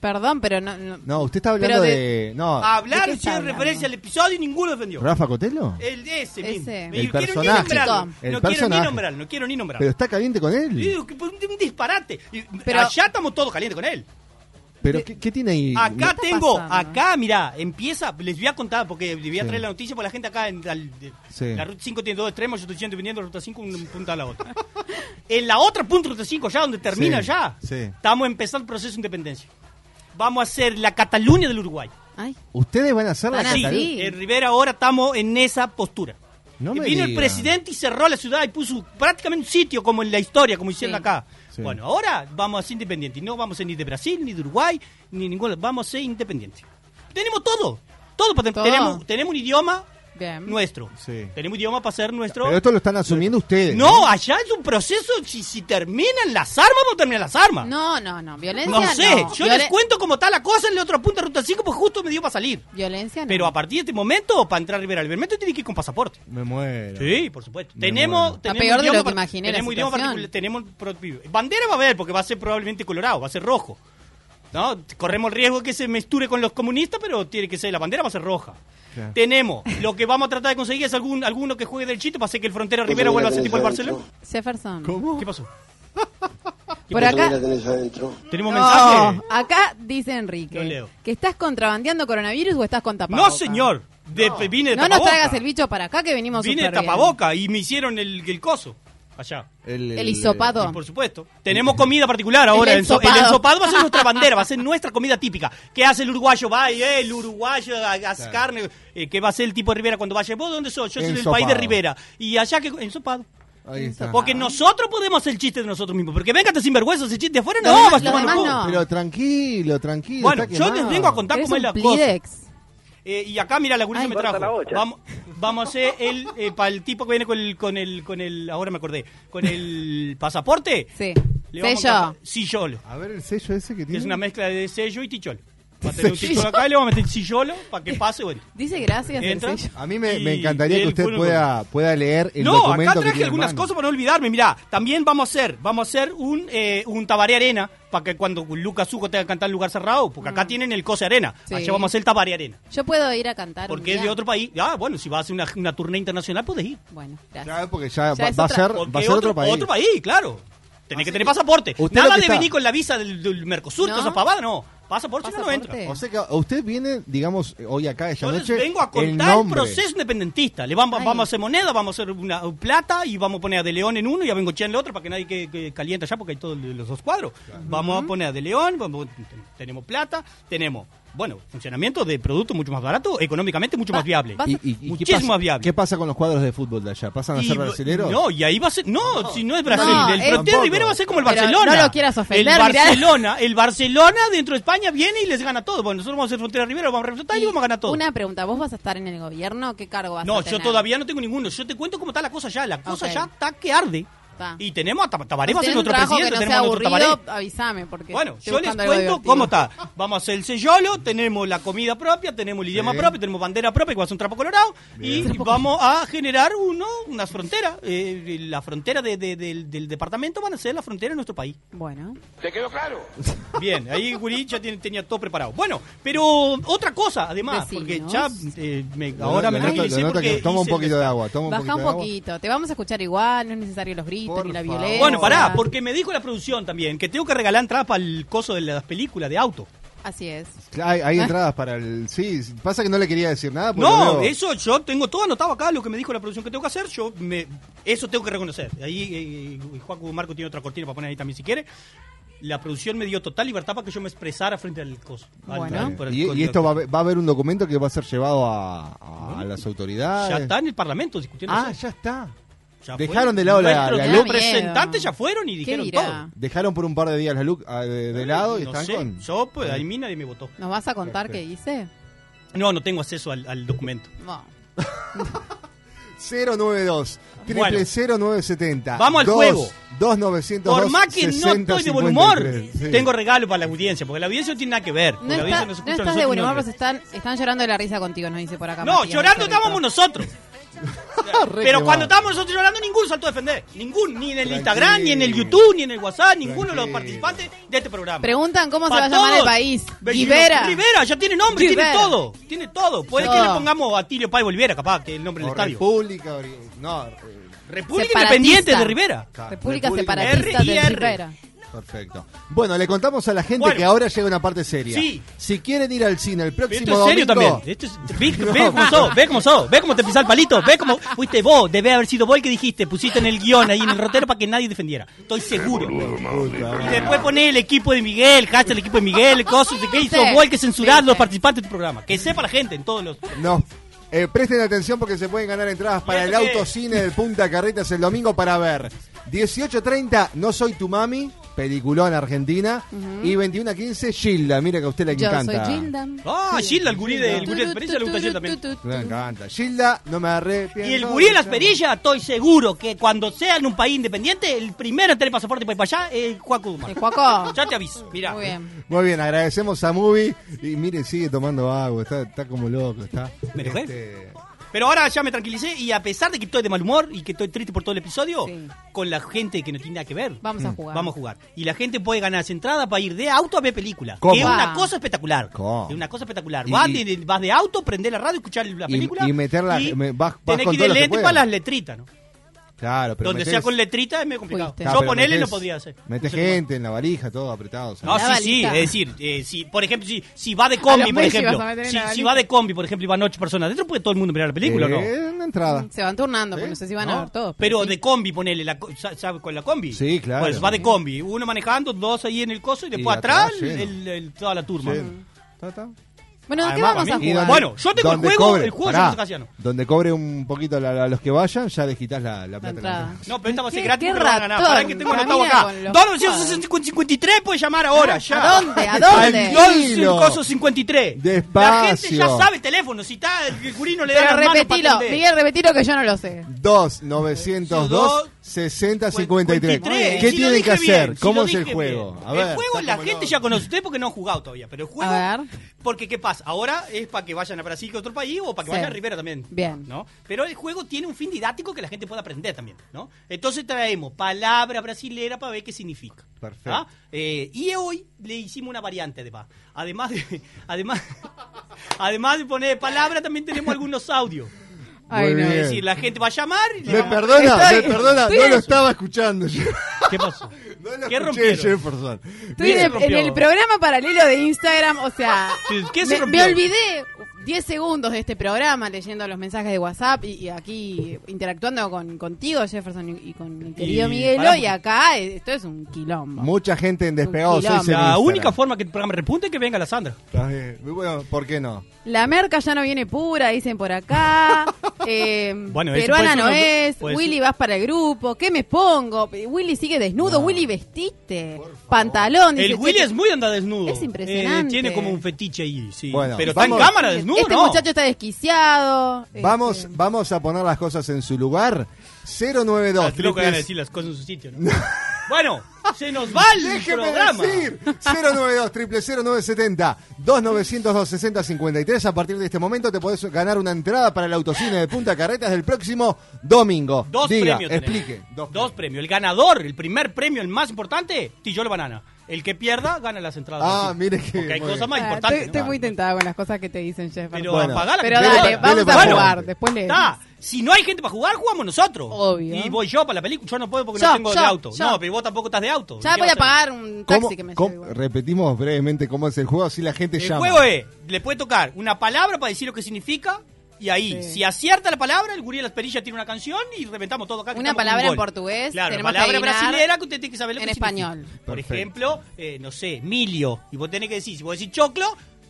S9: Perdón, pero no. no.
S17: No, usted está hablando de...
S9: Pero
S17: No,
S6: Hablaron,
S9: ¿de qué está
S6: hicieron
S9: hablando?
S6: referencia al episodio y ninguno defendió.
S17: ¿Rafa Cotelo?
S6: El de ese, mismo.
S9: Ese.
S6: Me-
S17: El
S6: quiero ni
S17: personaje.
S6: nombrarlo.
S17: El
S6: no quiero ni
S17: personaje.
S6: nombrarlo, no quiero ni nombrarlo.
S17: Pero está caliente con
S6: Y
S17: él.
S6: digo, que fue un, un disparate. Y allá estamos todos calientes con él.
S17: Pero ¿qué, qué tiene ahí?
S6: Acá tengo,
S17: pasando? ¿eh?
S6: acá, mirá, empieza, les voy a contar porque les voy a
S17: Sí.
S6: traer la noticia porque la gente acá en al- de-
S17: Sí.
S6: la ruta 5 tiene dos extremos, yo estoy yendo y viniendo de la ruta 5 un punta a la otra. en la otra punta ruta 5, ya donde termina
S17: Sí,
S6: ya,
S17: sí.
S6: estamos empezando el proceso de independencia. Vamos a hacer la Cataluña del Uruguay.
S17: Ustedes van a hacer la
S6: Sí,
S17: Catalu-
S6: en Rivera ahora estamos en esa postura.
S17: No me
S6: Vino el
S17: diga.
S6: presidente y cerró la ciudad y puso prácticamente un sitio como en la historia, como hicieron acá.
S17: Sí.
S6: Bueno, ahora vamos a ser independientes. No vamos a ser ni de Brasil, ni de Uruguay, ni ninguna. Vamos a ser independientes. Tenemos todo. Todo. para-
S9: Todo.
S6: Tenemos, tenemos un idioma
S9: Bien.
S6: nuestro. Tenemos un idioma para ser nuestro.
S17: Pero esto lo están asumiendo ustedes.
S6: No, allá es un proceso. Si, si terminan las armas, vamos a terminar las armas.
S9: No, no, no. Violencia.
S6: No sé, yo
S9: Violen-
S6: les cuento cómo está la cosa en la otra punta de Ruta 5 porque justo me dio para salir.
S9: Violencia no.
S6: Pero a partir de este momento, para entrar a Rivera del Bermejo, tiene que ir con pasaporte.
S17: Me muero.
S6: Sí, por supuesto.
S17: Me
S6: Tenemos,
S17: muero.
S6: tenemos
S9: Está peor de
S6: idioma
S9: lo que
S6: par-
S9: imaginé la
S6: Tenemos idioma
S9: situación.
S6: particular, tenemos pro- bandera va a haber porque va a ser probablemente colorado, va a ser rojo. ¿no? Corremos el riesgo que se mesture con los comunistas, pero tiene que ser, la bandera va a ser roja.
S3: Claro.
S6: Tenemos, lo que vamos a tratar de conseguir es algún alguno que juegue del chito para hacer que el Frontera Rivera vuelva a ser tipo el Barcelona.
S9: Jefferson.
S6: ¿Qué pasó?
S9: Por acá,
S6: ¿Tenemos
S9: no,
S6: mensaje?
S9: acá dice Enrique
S6: Lo leo.
S9: que estás contrabandeando coronavirus o estás con
S6: No,
S9: tapabocas.
S6: señor. De- vine de
S9: no nos
S6: tapaboca.
S9: traigas el bicho para acá que venimos
S6: Vine de
S9: súper bien.
S6: tapaboca y me hicieron el, el coso. Allá.
S9: El el- hisopado.
S6: Y por supuesto. Tenemos comida particular ahora.
S9: El
S6: El enso- el
S9: ensopado.
S6: ensopado. va a ser nuestra bandera, va a ser nuestra comida típica. ¿Qué hace el uruguayo? Va y, eh, el uruguayo a- a
S3: Claro.
S6: carne. Eh, ¿Qué va a hacer el tipo de Rivera cuando vaya? ¿Vos dónde sos? Yo soy del
S3: Ensopado.
S6: país de Rivera. Y allá que. Ensopado.
S3: Ahí está.
S6: Porque nosotros podemos hacer el chiste de nosotros mismos. Porque venga este sinvergüenza, ese chiste de afuera
S3: Los
S6: no,
S3: demás-
S6: vas a
S3: los
S6: tomar
S3: demás
S6: culo.
S3: no. Pero tranquilo, tranquilo.
S6: Bueno,
S3: está
S6: yo
S3: quemado.
S6: les vengo a contar cómo es la cosa. Eh, y acá, mira, la gurisa
S3: Ay,
S6: me
S3: corta
S6: trajo.
S3: la bocha.
S6: Vamos, vamos a hacer el. para el tipo que viene con el. Con el, con el ahora me acordé. Con el pasaporte.
S9: Sí.
S6: Le vamos a
S9: Sello.
S6: colocar Sillolo.
S3: A ver el sello ese que tiene.
S6: Es una mezcla de sello y ticholo. Va a tener un
S3: Sello.
S6: ticholo acá y le vamos a meter sillolo para que pase. Bueno.
S9: Dice gracias. el
S6: Entra.
S9: sello.
S3: A mí Eh, me,
S6: Y
S3: me encantaría que
S6: él
S3: usted
S6: fue uno
S3: pueda, pueda leer el
S6: no,
S3: documento
S6: acá
S3: que
S6: traje
S3: tiene en
S6: algunas
S3: mano.
S6: cosas para no olvidarme. Mirá, también vamos a hacer, vamos a hacer un, eh, un tabaré arena para que cuando Lucas Suco tenga que cantar en lugar cerrado, porque acá tienen el cose arena.
S9: Sí.
S6: Allá vamos a hacer el tabaré arena.
S9: Yo puedo ir a cantar. un
S6: Porque es
S9: día.
S6: de otro país. Ah, bueno, si vas a hacer una, una tournée internacional, podés ir.
S9: Bueno, gracias.
S3: Claro, porque ya,
S6: Ya
S3: va,
S6: es
S3: va a
S6: otra-
S3: ser, va a
S6: porque
S3: ser otro, país.
S6: Otro país, claro. Tenés que tener pasaporte.
S3: Usted lo
S6: Nada
S3: que
S6: de
S3: está-
S6: venir con la visa del, del Mercosur,
S3: No.
S6: todas esas pavadas, no. Pasaporte, si no, no entra.
S3: O sea que usted viene, digamos, eh, hoy acá esta
S6: Yo les
S3: noche.
S6: vengo a
S3: el
S6: contar el,
S3: nombre.
S6: proceso independentista. Le vamos, vamos a hacer moneda, vamos a hacer una plata y vamos a poner a De León en uno y a Bengochea en el otro para que nadie que, que caliente allá porque hay todos los dos cuadros. Vamos a poner a De León, vamos- ten- tenemos plata, tenemos, bueno, funcionamiento de producto mucho más barato, económicamente mucho más viable.
S3: ¿Y, y- y qué
S6: muchísimo
S3: pasa,
S6: más viable.
S3: ¿Qué pasa con los cuadros de fútbol de allá? ¿Pasan a
S6: Y
S3: ser
S6: va-
S3: brasileros?
S6: No, y ahí va a ser. No, si no es Brasil.
S3: No,
S6: el
S3: es-
S6: Frontera
S3: tampoco.
S6: Rivera va a ser como el
S9: Pero
S6: Barcelona.
S9: no lo quieras ofender,
S6: El
S9: mirá.
S6: Barcelona, el Barcelona dentro de España viene y les gana todo. Bueno, nosotros vamos a ser Frontera Rivera, vamos a representar y, vamos a ganar todo.
S9: Una pregunta, ¿vos vas a estar en el gobierno? ¿Qué cargo vas
S6: No,
S9: a tener?
S6: yo todavía no tengo ninguno. Yo te cuento cómo está la cosa ya. La cosa
S9: Ok.
S6: ya está que arde.
S9: Ta.
S6: Y tenemos a Tab- Tabaré,
S9: Si
S6: va a ser
S9: tenés un
S6: nuestro
S9: trabajo que
S6: presidente.
S9: no
S6: tenemos
S9: sea
S6: a nuestro Tabaré.
S9: aburrido, avísame. Porque
S6: Bueno,
S9: estoy
S6: yo les
S9: buscando algo
S6: cuento
S9: divertido.
S6: cómo está. Vamos a hacer el sellolo, tenemos la comida propia, tenemos el idioma
S9: Sí.
S6: propio, tenemos bandera propia, que va a ser un trapo colorado, y vamos a generar uno, unas fronteras. Eh, la frontera de- de- del, del departamento van a ser la frontera de nuestro país.
S9: Bueno.
S6: ¿Te quedó claro? Bien, ahí Gurí ya tiene- tenía todo preparado. Bueno, pero otra cosa, además, porque
S9: Decinos.
S6: ya eh, me-
S3: Lo
S6: ahora
S3: noto- lo noto-
S6: me
S3: lo
S6: tranquilicé
S3: noto
S6: porque
S3: que Toma un
S6: hice-
S3: poquito de agua. Toma un
S9: Baja
S3: poquito
S9: un
S3: de agua.
S9: poquito. Te vamos a escuchar igual, no es necesario los gritos ni la violencia.
S6: Bueno, pará, porque me dijo la producción también que tengo que regalar entradas para el coso de las películas de auto.
S9: Así es.
S3: Hay, hay entradas para el. Sí, pasa que no le quería decir nada. porque lo
S6: ¿Eh? No,
S3: veo-
S6: eso yo tengo todo anotado acá, lo que me dijo la producción que tengo que hacer, yo me, eso tengo que reconocer. Ahí eh, Juaco Marco tiene otra cortina para poner ahí también si quiere. La producción me dio total libertad para que yo me expresara frente al coso. al- al- por el-
S3: Y,
S6: con-
S3: y esto va a, haber- va a haber un documento que va a ser llevado a, a las autoridades.
S6: ya está en el Parlamento discutiendo.
S3: Ah,
S6: eso.
S3: ya está.
S6: Ya fue.
S3: Dejaron de lado la,
S6: Nuestros
S3: la
S6: Los
S3: LUC.
S6: representantes ya fueron y dijeron todo.
S3: Dejaron por un par de días la LUC ah, de, de lado y
S6: no
S3: están
S6: sé,
S3: con.
S6: Yo, pues, ahí mí nadie me votó.
S9: ¿Nos vas a contar qué dice?
S6: No, no tengo acceso al, al documento.
S9: No.
S3: 092
S6: Bueno.
S3: 000970.
S6: Vamos al juego.
S3: 2902
S6: Por más que no estoy de buen humor, tengo regalo para la audiencia, porque la audiencia no tiene nada que ver.
S9: No,
S6: La audiencia
S9: está-
S6: nos
S9: no
S6: escucha a
S9: estás de
S6: nosotros
S9: buen
S6: y no
S9: humor, pero
S6: nos-
S9: se están, están llorando de la risa contigo, nos dice por acá.
S6: No,
S9: Matías,
S6: llorando
S9: nuestro
S6: estábamos nosotros. Pero
S9: quemado.
S6: cuando estábamos nosotros llorando, ninguno saltó a defender. Ningún, ni en el
S9: Tranquilo.
S6: Instagram, ni en el YouTube, ni en el WhatsApp, ninguno de los participantes de este programa.
S9: Preguntan cómo se
S6: Pa'
S9: va a llamar el
S6: todos.
S9: país.
S6: Vecino-
S9: Rivera.
S6: Rivera, ya tiene nombre,
S9: Rivera.
S6: tiene todo. Tiene todo. Puede que
S9: Todo.
S6: le pongamos a Tilio Pai Bolivera, capaz, que es el nombre del
S3: O
S6: estadio.
S3: República, ori- no, eh,
S6: República Independiente de Rivera.
S9: República Separatista de
S6: RIR.
S9: Rivera.
S3: Perfecto. Bueno, le contamos a la gente
S6: Bueno.
S3: que ahora llega una parte seria.
S6: Sí.
S3: Si quieren ir al cine el próximo
S6: Esto es serio
S3: domingo-
S6: también. Esto es- ve, ve cómo sos, ve cómo sos, ve cómo te pisás el palito, ve cómo fuiste vos, debe haber sido vos el que dijiste, pusiste en el guión ahí en el rotero para que nadie defendiera. Estoy seguro. Y después poné el equipo de Miguel, hashtag el equipo de Miguel, cosas, que hizo vos el que censurás los participantes de tu programa. Que sepa la gente en todos los...
S3: No. Eh, presten atención porque se pueden ganar entradas para el
S6: esto qué?
S3: autocine del Punta Carretas el domingo para ver 18.30 No Soy Tu Mami, peliculón argentina,
S9: Ujú.
S3: y 21.15 Gilda, mira que a usted le
S9: Yo soy
S3: encanta.
S9: Gilda.
S6: Ah, Gilda, el gurí de, el gurí de la experiencia le gusta a Gilda también.
S3: Me encanta. Gilda, no me arrepiento.
S6: Y el gurí de las perillas, estoy seguro que cuando sea en un país independiente, el primero en tener pasaporte para ir para allá es Juaco Dumar. Ya te aviso, mirá. Muy bien.
S3: Muy bien, agradecemos a Mubi. Y miren, sigue tomando agua, está, está como loco, está.
S6: ¿Me enojé?
S3: Este,
S6: Pero ahora ya me tranquilicé y a pesar de que estoy de mal humor y que estoy triste por todo el episodio, con la gente que no tiene nada que ver, Mm.
S9: Vamos a jugar.
S6: vamos a jugar. Y la gente puede ganarse entrada para ir de auto a ver película.
S3: ¿Cómo?
S6: Que es una
S3: Ah.
S6: cosa espectacular.
S3: ¿Cómo?
S6: Es una cosa espectacular.
S3: Y-
S6: Vas,
S3: y-
S6: de, vas de auto, prender la radio, escuchar la
S3: Y-
S6: película.
S3: y meterla-
S6: y
S3: me- vas- vas
S6: tenés
S3: con
S6: que ir
S3: todo
S6: de
S3: lo que
S6: lente
S3: puedas.
S6: para las letritas, ¿no?
S3: Claro, pero
S6: Donde
S3: metés-
S6: sea con letrita es medio complicado.
S3: Claro,
S6: Yo
S3: pero
S6: ponerle
S3: metés-
S6: no podía hacer.
S3: Metés gente en la valija, todo apretado.
S6: No,
S3: ¿sabes?
S6: sí, sí, es decir, eh, si, por ejemplo, si, si va de combi,
S3: A la
S6: por
S3: Messi
S6: ejemplo,
S3: vas a meter en
S6: si,
S3: la
S6: si
S3: valija.
S6: va de combi, por ejemplo, y van ocho personas dentro, puede todo el mundo mirar la película, ¿o ¿no?
S3: Eh, una entrada.
S9: Mm, Se van turnando, porque no sé si van a ver todos.
S6: Pero de combi, ponele, la, co- sa- sa- con la combi.
S3: Sí, claro.
S6: Pues va de combi, uno manejando, dos ahí en el coso y después
S3: Y atrás,
S6: atrás, el-
S3: sí.
S6: el- el- toda la turma. Mm,
S3: Sí.
S9: Bueno, ¿de qué
S6: Además,
S9: vamos a
S6: para mí-
S9: jugar?
S6: Bueno, yo tengo el
S3: Donde
S6: juego,
S3: cobre-
S6: el juego
S3: pará,
S6: yo no sé Casiano.
S3: Donde cobre un poquito la- la- los que vayan, ya les quitas la, la plata.
S9: entrada.
S6: No, pero esta va a ser
S9: Qué-
S6: gratis,
S9: qué
S6: pero van a ganar.
S9: ratón,
S6: Pará que tengo anotado
S9: camina
S6: acá.
S9: con los
S6: 253 puedes llamar ahora, ya.
S9: ¿A dónde? ¿A dónde?
S6: Al 12 coso 53. La gente ya
S3: Despacio.
S6: sabe el teléfono, si está el curino le da
S9: Pero
S6: las manos para
S9: repetilo,
S6: atender.
S9: Miguel, repetilo que yo no lo sé.
S3: 2 902 60 53.
S6: Tres.
S3: ¿Qué
S6: Si lo
S3: tienen que
S6: dije bien,
S3: hacer?
S6: si
S3: ¿Cómo
S6: lo
S3: es el
S6: dije
S3: juego?
S6: bien.
S3: A ver.
S6: El juego la gente ya conoce. Ustedes porque no han jugado todavía, pero el juego. Porque, ¿qué pasa? Ahora es para que vayan a Brasil, que otro país, o para que
S9: Sí.
S6: vayan a Rivera también.
S9: Bien.
S6: ¿no? Pero el juego tiene un fin didáctico que la gente pueda aprender también, ¿no? Entonces traemos palabra brasilera para ver qué significa.
S3: Perfecto.
S6: ¿ah? Eh, y hoy le hicimos una variante de pa. Además de, además, además de poner palabra, también tenemos algunos audios.
S3: Ay, Muy no. bien.
S6: Es decir, la gente va a llamar. y le
S3: Me
S6: vamos a-
S3: perdona, me
S6: Estoy-
S3: perdona,
S6: estoy
S3: no
S6: en-
S3: lo estaba escuchando yo.
S6: ¿Qué pasó?
S3: No lo
S6: ¿Qué
S3: escuché,
S6: rompieron?
S3: Jefferson.
S9: Estoy en el, en el programa paralelo de Instagram, o sea,
S6: Sí, ¿qué se
S9: me,
S6: rompió?
S9: me olvidé 10 segundos de este programa leyendo los mensajes de WhatsApp y, y aquí interactuando con contigo, Jefferson, y, y con mi querido
S6: Y
S9: Miguelo,
S6: pará,
S9: y acá eh, esto es un quilombo.
S3: Mucha gente en despegado.
S9: quilombo. La única
S6: forma que el programa repunte es que venga la Sandra.
S3: Está bien. Bueno, ¿por qué no?
S9: La merca ya no viene pura, dicen por acá. Eh,
S3: Bueno, eso
S9: peruana
S3: puede ser
S9: no
S3: una-
S9: es.
S3: puede
S9: Willy,
S3: ser.
S9: vas para el grupo. ¿Qué me pongo? Willy sigue desnudo. Willy, vestiste. Pantalón.
S6: El
S9: dice,
S6: Willy
S9: che,
S6: es muy anda desnudo.
S9: Es impresionante.
S6: tiene como un fetiche ahí, sí.
S3: Bueno,
S6: pero está en
S3: vamos-
S6: cámara desnudo,
S9: Este
S6: ¿no?
S9: muchacho está desquiciado.
S3: Vamos,
S9: Este.
S3: vamos a poner las cosas en su lugar. 092.
S6: Creo que van a
S3: triples-
S6: decir las cosas en su sitio, ¿no? bueno, se nos va el
S3: Déjeme
S6: programa.
S3: decir, 092 0970 2902 6053 A partir de este momento te podés ganar una entrada para el autocine de Punta Carretas del próximo domingo.
S6: Dos
S3: Diga,
S6: premios. tenemos.
S3: explique.
S6: Dos, premios. El ganador, el primer premio, el más importante, Tillol Banana. El que pierda, gana las entradas.
S3: Ah,
S6: Sí.
S3: mire que.
S6: Porque hay
S3: muy
S6: cosas más
S9: Ah,
S6: importantes.
S9: Estoy, estoy
S6: ¿no?
S9: muy tentada con las cosas que te dicen, Jeff.
S6: Pero
S9: Bueno.
S6: apagá la
S9: Pero
S6: computadora.
S9: dale, vamos a
S6: Bueno,
S9: jugar. Después le.
S6: pues, está. Si no hay gente para jugar, jugamos nosotros.
S9: Obvio.
S6: Y voy yo para la película. Yo no puedo porque
S9: Yo,
S6: no tengo
S9: yo,
S6: de auto.
S9: yo.
S6: No, pero vos tampoco estás de auto.
S9: Ya voy
S6: ¿Qué vas
S9: a
S6: hacer?
S9: pagar un taxi
S3: ¿Cómo-
S9: que me
S3: cómo- repetimos brevemente cómo es el juego, así la gente
S6: El
S3: llama.
S6: juego es, le puede tocar una palabra para decir lo que significa y ahí, si acierta la palabra, el gurí de las perillas tiene una canción y reventamos todo acá. que
S9: Una
S6: estamos con
S9: palabra
S6: un
S9: en
S6: gol.
S9: portugués,
S6: Claro,
S9: tenemos que
S6: palabra
S9: adivinar
S6: brasilera que usted tiene que saber lo
S9: en
S6: que significa.
S9: español.
S6: Por
S9: Perfecto.
S6: ejemplo, eh, no sé, Milio. Y vos tenés que decir, si vos decís choclo,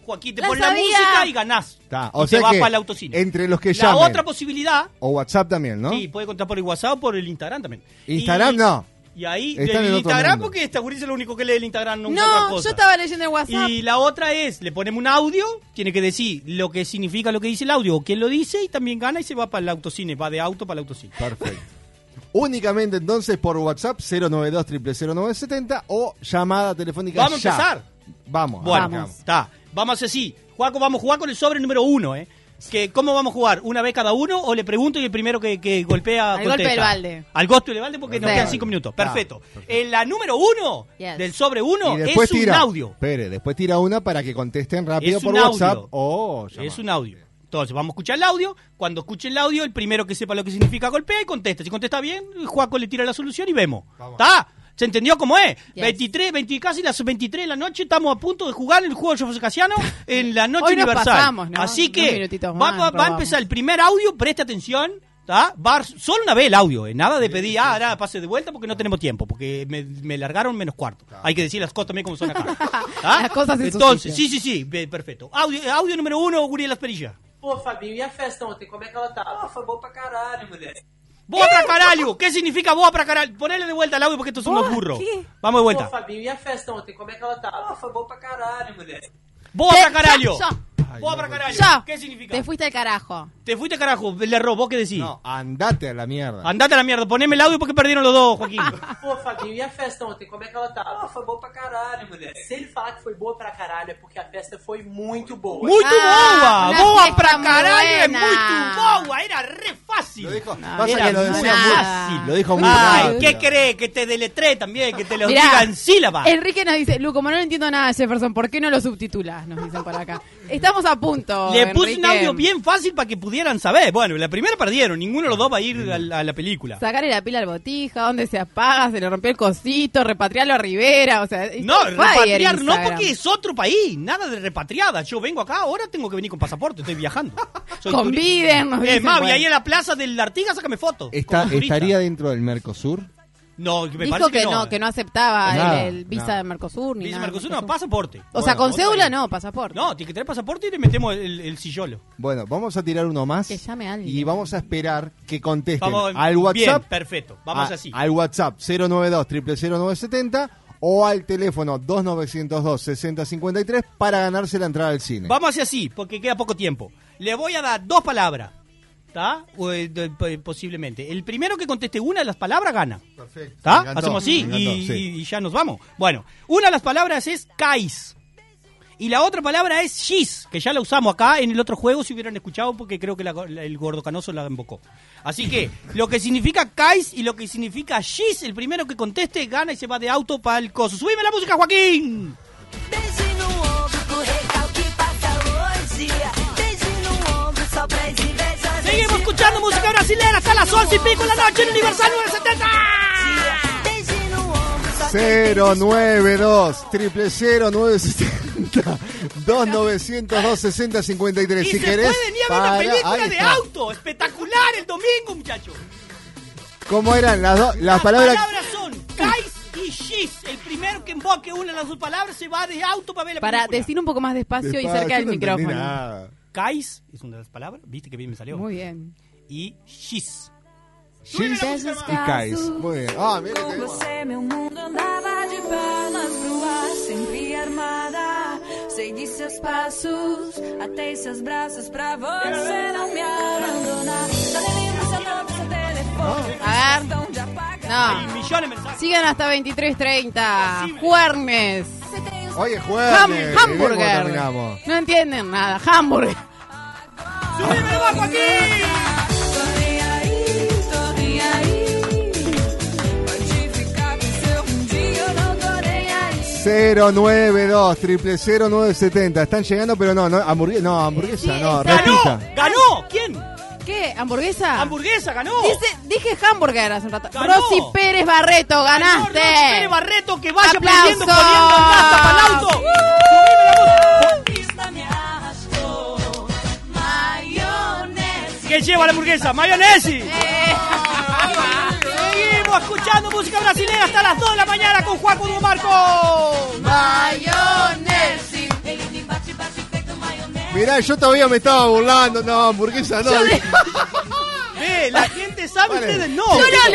S6: Joaquín te
S9: La
S6: pone la
S9: sabía.
S6: música y ganás.
S3: Está,
S6: y
S3: Ah, o
S6: te
S3: sea
S6: vas
S3: que
S6: para el autocine.
S3: entre los que
S6: la
S3: llamen.
S6: otra posibilidad,
S3: O WhatsApp también, ¿no?
S6: sí, puede contar por el WhatsApp o por el Instagram también.
S3: Instagram
S6: Y-
S3: no.
S6: Y ahí,
S3: Está en
S6: del
S3: el otro
S6: Instagram,
S3: mundo.
S6: porque esta gurisa es lo único que lee el Instagram, no, usa otra
S9: No,
S6: cosa.
S9: yo estaba leyendo el WhatsApp.
S6: Y la otra es, le ponemos un audio, tiene que decir lo que significa lo que dice el audio o quién lo dice y también gana y se va para el autocine, va de auto para el autocine.
S3: Perfecto. Únicamente entonces por WhatsApp 092 0970 o llamada telefónica.
S6: Vamos a
S3: ya.
S6: empezar.
S3: Vamos,
S6: Bueno,
S3: arrancamos.
S6: está. Vamos a hacer así. Juaco, vamos a jugar con el sobre número uno, ¿eh? Que, ¿Cómo vamos a jugar? ¿Una vez cada uno o le pregunto y el primero que, que golpea
S9: Al
S6: contesta?
S9: golpe del balde.
S6: Al golpe del balde porque nos
S9: Sí.
S6: quedan cinco minutos.
S3: Ah,
S6: Perfecto. Eh, la número uno
S9: Yes.
S6: del sobre uno
S3: Y
S6: es
S3: después
S6: un
S3: tira,
S6: audio.
S3: Espere, después tira una para que contesten rápido
S6: Es
S3: por
S6: un
S3: WhatsApp Oh,
S6: audio.
S3: o llamada.
S6: Es un audio. Entonces, vamos a escuchar el audio. Cuando escuche el audio, el primero que sepa lo que significa golpea y contesta. Si contesta bien, Juaco le tira la solución y vemos. ¿Está? ¿Se entendió cómo es? 23, 20, casi las 23 de la noche estamos a punto de jugar el juego de José Casiano en la noche
S9: Hoy nos
S6: universal.
S9: pasamos, ¿no?
S6: Así
S9: Dos
S6: que
S9: minutitos
S6: va,
S9: más,
S6: va- va a
S9: probamos.
S6: empezar el primer audio, preste atención. ¿tá? Va solo una vez el audio, eh, nada de pedir, ah, ahora pase de vuelta porque no tenemos tiempo, porque me, me largaron menos cuarto. Hay que decir las cosas también como son acá. ¿tá?
S9: Las cosas en su
S6: Ah, Entonces, sí,
S9: sitio.
S6: sí, sí, be- perfecto. Audio, audio número uno, Guri de las Perillas.
S28: Pô, Fabinho, e a festa ontem? Como é que ela tava? Ah, foi boa pra caralho, moleque.
S6: ¡Boa pra caralho! ¿Qué significa boa pra caralho? Ponele de vuelta el audio porque estos son los burros. Vamos
S28: Pô,
S6: de vuelta.
S28: tá? Fabinho, e a festa ontem? Como é que ela tava? Ah, foi boa pra caralho, moleque.
S6: ¡Boa pra caralho!
S28: Só, só.
S6: Ay, Vos para carajo.
S9: Yo.
S6: ¿Qué significa?
S9: Te fuiste al carajo.
S6: Te fuiste carajo, le erró, vos qué decís. No,
S3: andate a la mierda.
S6: Andate a la mierda, poneme el audio porque perdieron los dos, Joaquín.
S9: Ah.
S28: Pô, Fabinho, e a festa ontem? Como é que ela tava? Ah, foi boa pra caralho, mulher. Se ele falar que foi boa pra caralho, é porque a festa foi muito boa.
S6: Muito boa! Boa pra caralho,
S28: buena.
S6: es muito boa, era re fácil. Lo dijo,
S3: Pasa que lo decía muy fácil, lo dijo muy
S6: Ay,
S3: rápido.
S6: ¿qué crees? Que te deletré también, que te lo
S9: Mirá,
S6: diga en sílabas.
S9: Enrique nos dice, Lu, como no le entiendo nada de Jefferson, ¿por qué no lo subtitulas? Nos dicen por acá. Estamos a punto.
S6: Le puse un
S9: Oh, Enrique.
S6: audio bien fácil para que pudieran saber. Bueno, la primera perdieron, ninguno de
S3: Ah.
S6: los dos va a ir a la, a la película.
S9: Sacarle la pila al botija, dónde se apaga, se le rompió el cosito, repatriarlo a Rivera, o sea...
S6: No,
S9: está fire
S6: repatriar no,
S9: Instagram.
S6: porque es otro país. Nada de repatriada. Yo vengo acá, ahora tengo que venir con pasaporte, estoy viajando. Soy
S9: Conviden,
S6: turi-
S9: nos
S6: Es
S9: dicen,
S6: más, y
S9: bueno.
S6: ahí en la plaza del Artigas, sácame foto.
S3: Está-
S6: como turista.
S3: ¿Estaría dentro del Mercosur?
S6: No, eh. me
S9: Dijo
S6: parece
S9: que, no, que no aceptaba
S3: Nada,
S9: el, el visa
S3: nada.
S9: de Mercosur ni
S6: Dice
S9: nada.
S6: Mercosur, no, pasaporte.
S9: O sea,
S6: Bueno,
S9: con
S6: otra
S9: cédula
S6: vez.
S9: no, pasaporte.
S6: No, tiene que tener pasaporte y le metemos el, el sillolo.
S3: Bueno, vamos a tirar uno más.
S9: Que llame a alguien.
S3: Y vamos a esperar que contesten
S6: Vamos,
S3: al
S6: Bien,
S3: WhatsApp. Ah,
S6: perfecto. Vamos
S3: a-
S6: así.
S3: Al WhatsApp 092 000970 o al teléfono 2902 6053 para ganarse la entrada al cine.
S6: Vamos hacia así, porque queda poco tiempo. Le voy a dar dos palabras. ¿Está? O, eh, de- po- Posiblemente. El primero que conteste una de las palabras gana.
S3: Perfecto.
S6: ¿Está?
S3: Me encantó,
S6: Hacemos así
S3: me
S6: y,
S3: encantó, sí.
S6: y- y ya nos vamos. Bueno, una de las palabras es CAIS. Y la otra palabra es GIS, que ya la usamos acá en el otro juego si hubieran escuchado porque creo que la- la- el gordo canoso la embocó. Así que lo que significa CAIS y lo que significa GIS, el primero que conteste gana y se va de auto para el coso. ¡Subime la música, Joaquín!
S29: Desde no ombro do recalque passa hoje. Desde no ombro só pra invejas.
S6: Seguimos escuchando música brasileña hasta las 11 y pico de la noche en Universal 970.
S29: Desde no ombro só
S3: 092 000970 2902 6053
S6: Y
S3: si
S6: se
S3: querés
S6: pueden ir a ver una
S3: para-
S6: película
S3: ahí
S6: de
S3: está.
S6: auto. Espectacular el domingo, muchachos.
S3: ¿Cómo eran las dos las palabras
S6: palabras son Kais y Shis. El primero que invoque una de las dos palabras se va de auto para ver la
S9: Para
S6: película.
S9: decir un poco más despacio, y cerca del micrófono.
S6: Kais es una de las palabras. ¿Viste que bien me salió?
S9: Muy bien.
S6: Y Shis.
S27: Desses
S6: E cais.
S27: casos,
S3: Muy bien. Ah,
S2: Ah,
S27: com você meu mundo andava de pernas pro ar, sempre armada. Segui seus passos, atei seus braços pra você não me abandonar. Já nem lembro seu nome, seu telefone.
S6: Ah.
S9: A ver.
S27: Estão de apagar.
S9: No. Sigan hasta 23.30. Juernes.
S3: Oye, jueves.
S9: Ham-
S3: bien,
S9: hamburger.
S3: ¿cómo terminamos?
S9: No entienden nada. Hamburger.
S27: Tô nem aí. Pode ficar com seu mundinho, eu não tô nem aí.
S3: 092 000970 Están llegando, pero no, no hamburguesa, no, hamburguesa, no, repita.
S6: ¡Ganó! ¿Quién?
S9: ¿Qué? ¿Hamburguesa?
S6: ¡Hamburguesa ganó!
S9: Dice, dije hamburger hace un rato.
S6: Ganó.
S9: Rosy Pérez Barreto, ganaste.
S6: Rosy Pérez Barreto, que vaya
S9: ¡Aplausos!
S6: aprendiendo poniendo plata para el auto. Que lleva la hamburguesa? ¡Mayonesi!
S9: Eh.
S6: Seguimos escuchando música brasileña hasta las 2 de la mañana con Juan Cudo Marco.
S9: Maionese.
S3: Mirá, yo todavía me estaba burlando, no, hamburguesa, no.
S6: Eh, la gente sabe,
S3: Vale.
S6: ustedes no.
S3: Yo no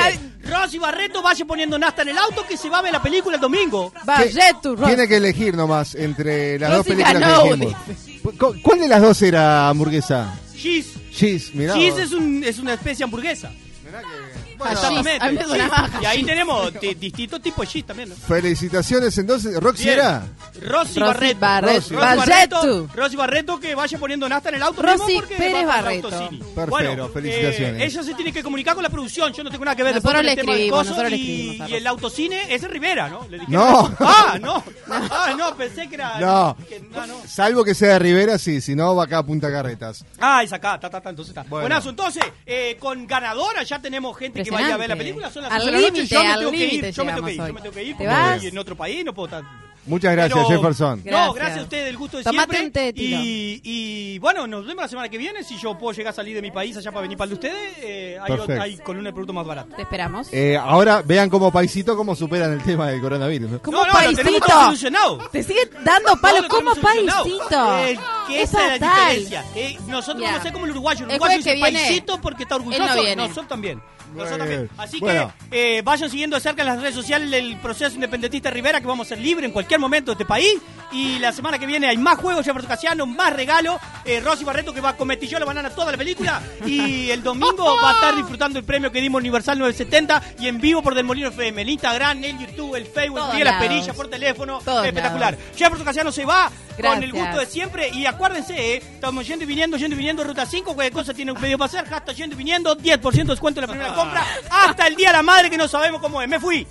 S3: leí,
S6: Rosy Barreto, vaya poniendo nasta en el auto que se va a ver la película el domingo.
S3: Tiene que elegir nomás entre las dos
S6: Rosy
S3: películas
S6: ganó,
S3: que dijimos. ¿Cu- ¿Cuál de las dos era hamburguesa?
S6: Cheese.
S3: Cheese, mirá.
S6: Cheese
S3: vos.
S6: es, un- es una especie de hamburguesa.
S9: Ah,
S3: bueno.
S6: Exactamente.
S3: A mí me sonaba
S6: Y ahí
S3: hashish.
S6: tenemos ti- distintos tipos de cheese también, ¿no?
S3: Felicitaciones entonces, Roxy
S6: Bien.
S3: era.
S6: Rosy
S3: Rosy
S6: Barreto.
S3: Barreto.
S6: Rosy Barreto.
S3: Barreto.
S6: Rosy Barreto que vaya poniendo nasta en el auto.
S9: Rosy
S6: mismo porque va
S9: Pérez
S6: para
S9: Barreto.
S6: Autocine.
S3: Perfecto, felicitaciones.
S6: eh, ella se tiene que comunicar con la producción. Yo no tengo nada que ver
S9: Nosotros
S6: después
S9: le
S6: con el tema del
S9: escribimos,
S6: coso
S9: nosotros le
S6: y,
S9: escribimos a
S6: y el autocine es Rivera, ¿no? Le dije-
S3: No.
S6: Ah, no. Ah, no, pensé que era.
S3: No.
S6: que- ah, no.
S3: Salvo que sea de Rivera, sí, si no va acá a Punta Carretas.
S6: Ah, es acá, ta, ta, ta, entonces está.
S3: Bueno.
S6: Buenazo, entonces, eh, con ganadora ya tenemos gente que vaya a ver la película. Son las
S9: Al
S6: 11 de la noche,
S9: límite,
S6: yo me
S9: al
S6: tengo que ir,
S9: límite
S6: yo me tengo que ir,
S9: llegamos
S6: yo me tengo que ir,
S9: hoy. ¿Te
S6: porque
S9: vas?
S6: estoy en otro país no puedo estar...
S3: Muchas gracias,
S6: Pero-
S3: Jefferson.
S6: No, gracias a ustedes del gusto de
S9: Tomate
S6: siempre.
S9: un té, Tilo.
S6: y, y, bueno, nos vemos la semana que viene. Si yo puedo llegar a salir de mi país allá para venir para el de ustedes, eh, hay,
S3: Perfecto.
S6: ot- hay con un producto más barato.
S9: Te esperamos.
S3: Eh, ahora vean como paisito cómo superan el tema del coronavirus. ¿no?
S9: ¿Cómo
S6: no, lo tenemos
S9: paisito?
S6: todo solucionado.
S9: Te sigue dando palo. ¿Cómo paisito?
S6: Eh, que
S9: es
S6: esa es la
S9: fatal.
S6: diferencia. Eh, nosotros
S9: Ya.
S6: no somos como el uruguayo. El
S9: El
S6: uruguayo
S9: jueves que
S6: dice
S9: viene-
S6: paisito porque está orgulloso.
S9: Él no viene.
S6: Nosotros también.
S3: bien.
S6: Nosotros también. Así
S3: Bueno.
S6: que eh, vayan siguiendo de cerca en las redes sociales el proceso independentista Rivera, que vamos a ser libres en cualquier momento de este país. Y la semana que viene hay más juegos, Jefferson Casiano, más regalo. Eh, Rosy Barreto que va con Mestilló la banana toda la película. Y el domingo va a estar disfrutando el premio que dimos Universal 970 y en vivo por Del Molino FM. El Instagram, el YouTube, el Facebook,
S9: Todos
S6: el día de las
S9: lados.
S6: perillas, por teléfono.
S9: Todos
S6: espectacular.
S9: lados.
S6: Jefferson Casiano se va con
S9: Gracias.
S6: el gusto de siempre. Y acuérdense, eh, estamos yendo y viniendo, yendo y viniendo, ruta 5. Cualquier cosa tiene un pedido para hacer. Hasta yendo y viniendo, 10% de descuento en la
S9: Ah.
S6: primera compra. Hasta el día de la madre que no sabemos cómo es. Me fui.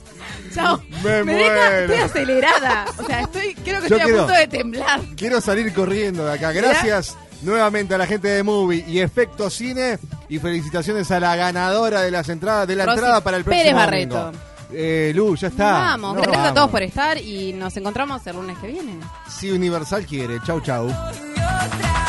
S9: Chao.
S3: Me
S9: deja,
S3: muero.
S9: estoy acelerada. O sea, estoy, creo que
S3: Yo
S9: estoy
S3: quiero-
S9: a punto de temblar.
S3: Quiero salir corriendo de acá. Gracias nuevamente a la gente de Movie y Efecto Cine. Y felicitaciones a la ganadora de las entradas de la
S9: Rosy
S3: entrada para el próximo
S9: Pérez Barreto.
S3: domingo. Eh, Lu, ya está.
S9: Vamos,
S3: No,
S9: gracias a todos
S3: vamos.
S9: por estar y nos encontramos el lunes que viene.
S3: Si Universal quiere. Chau, chau.
S30: otra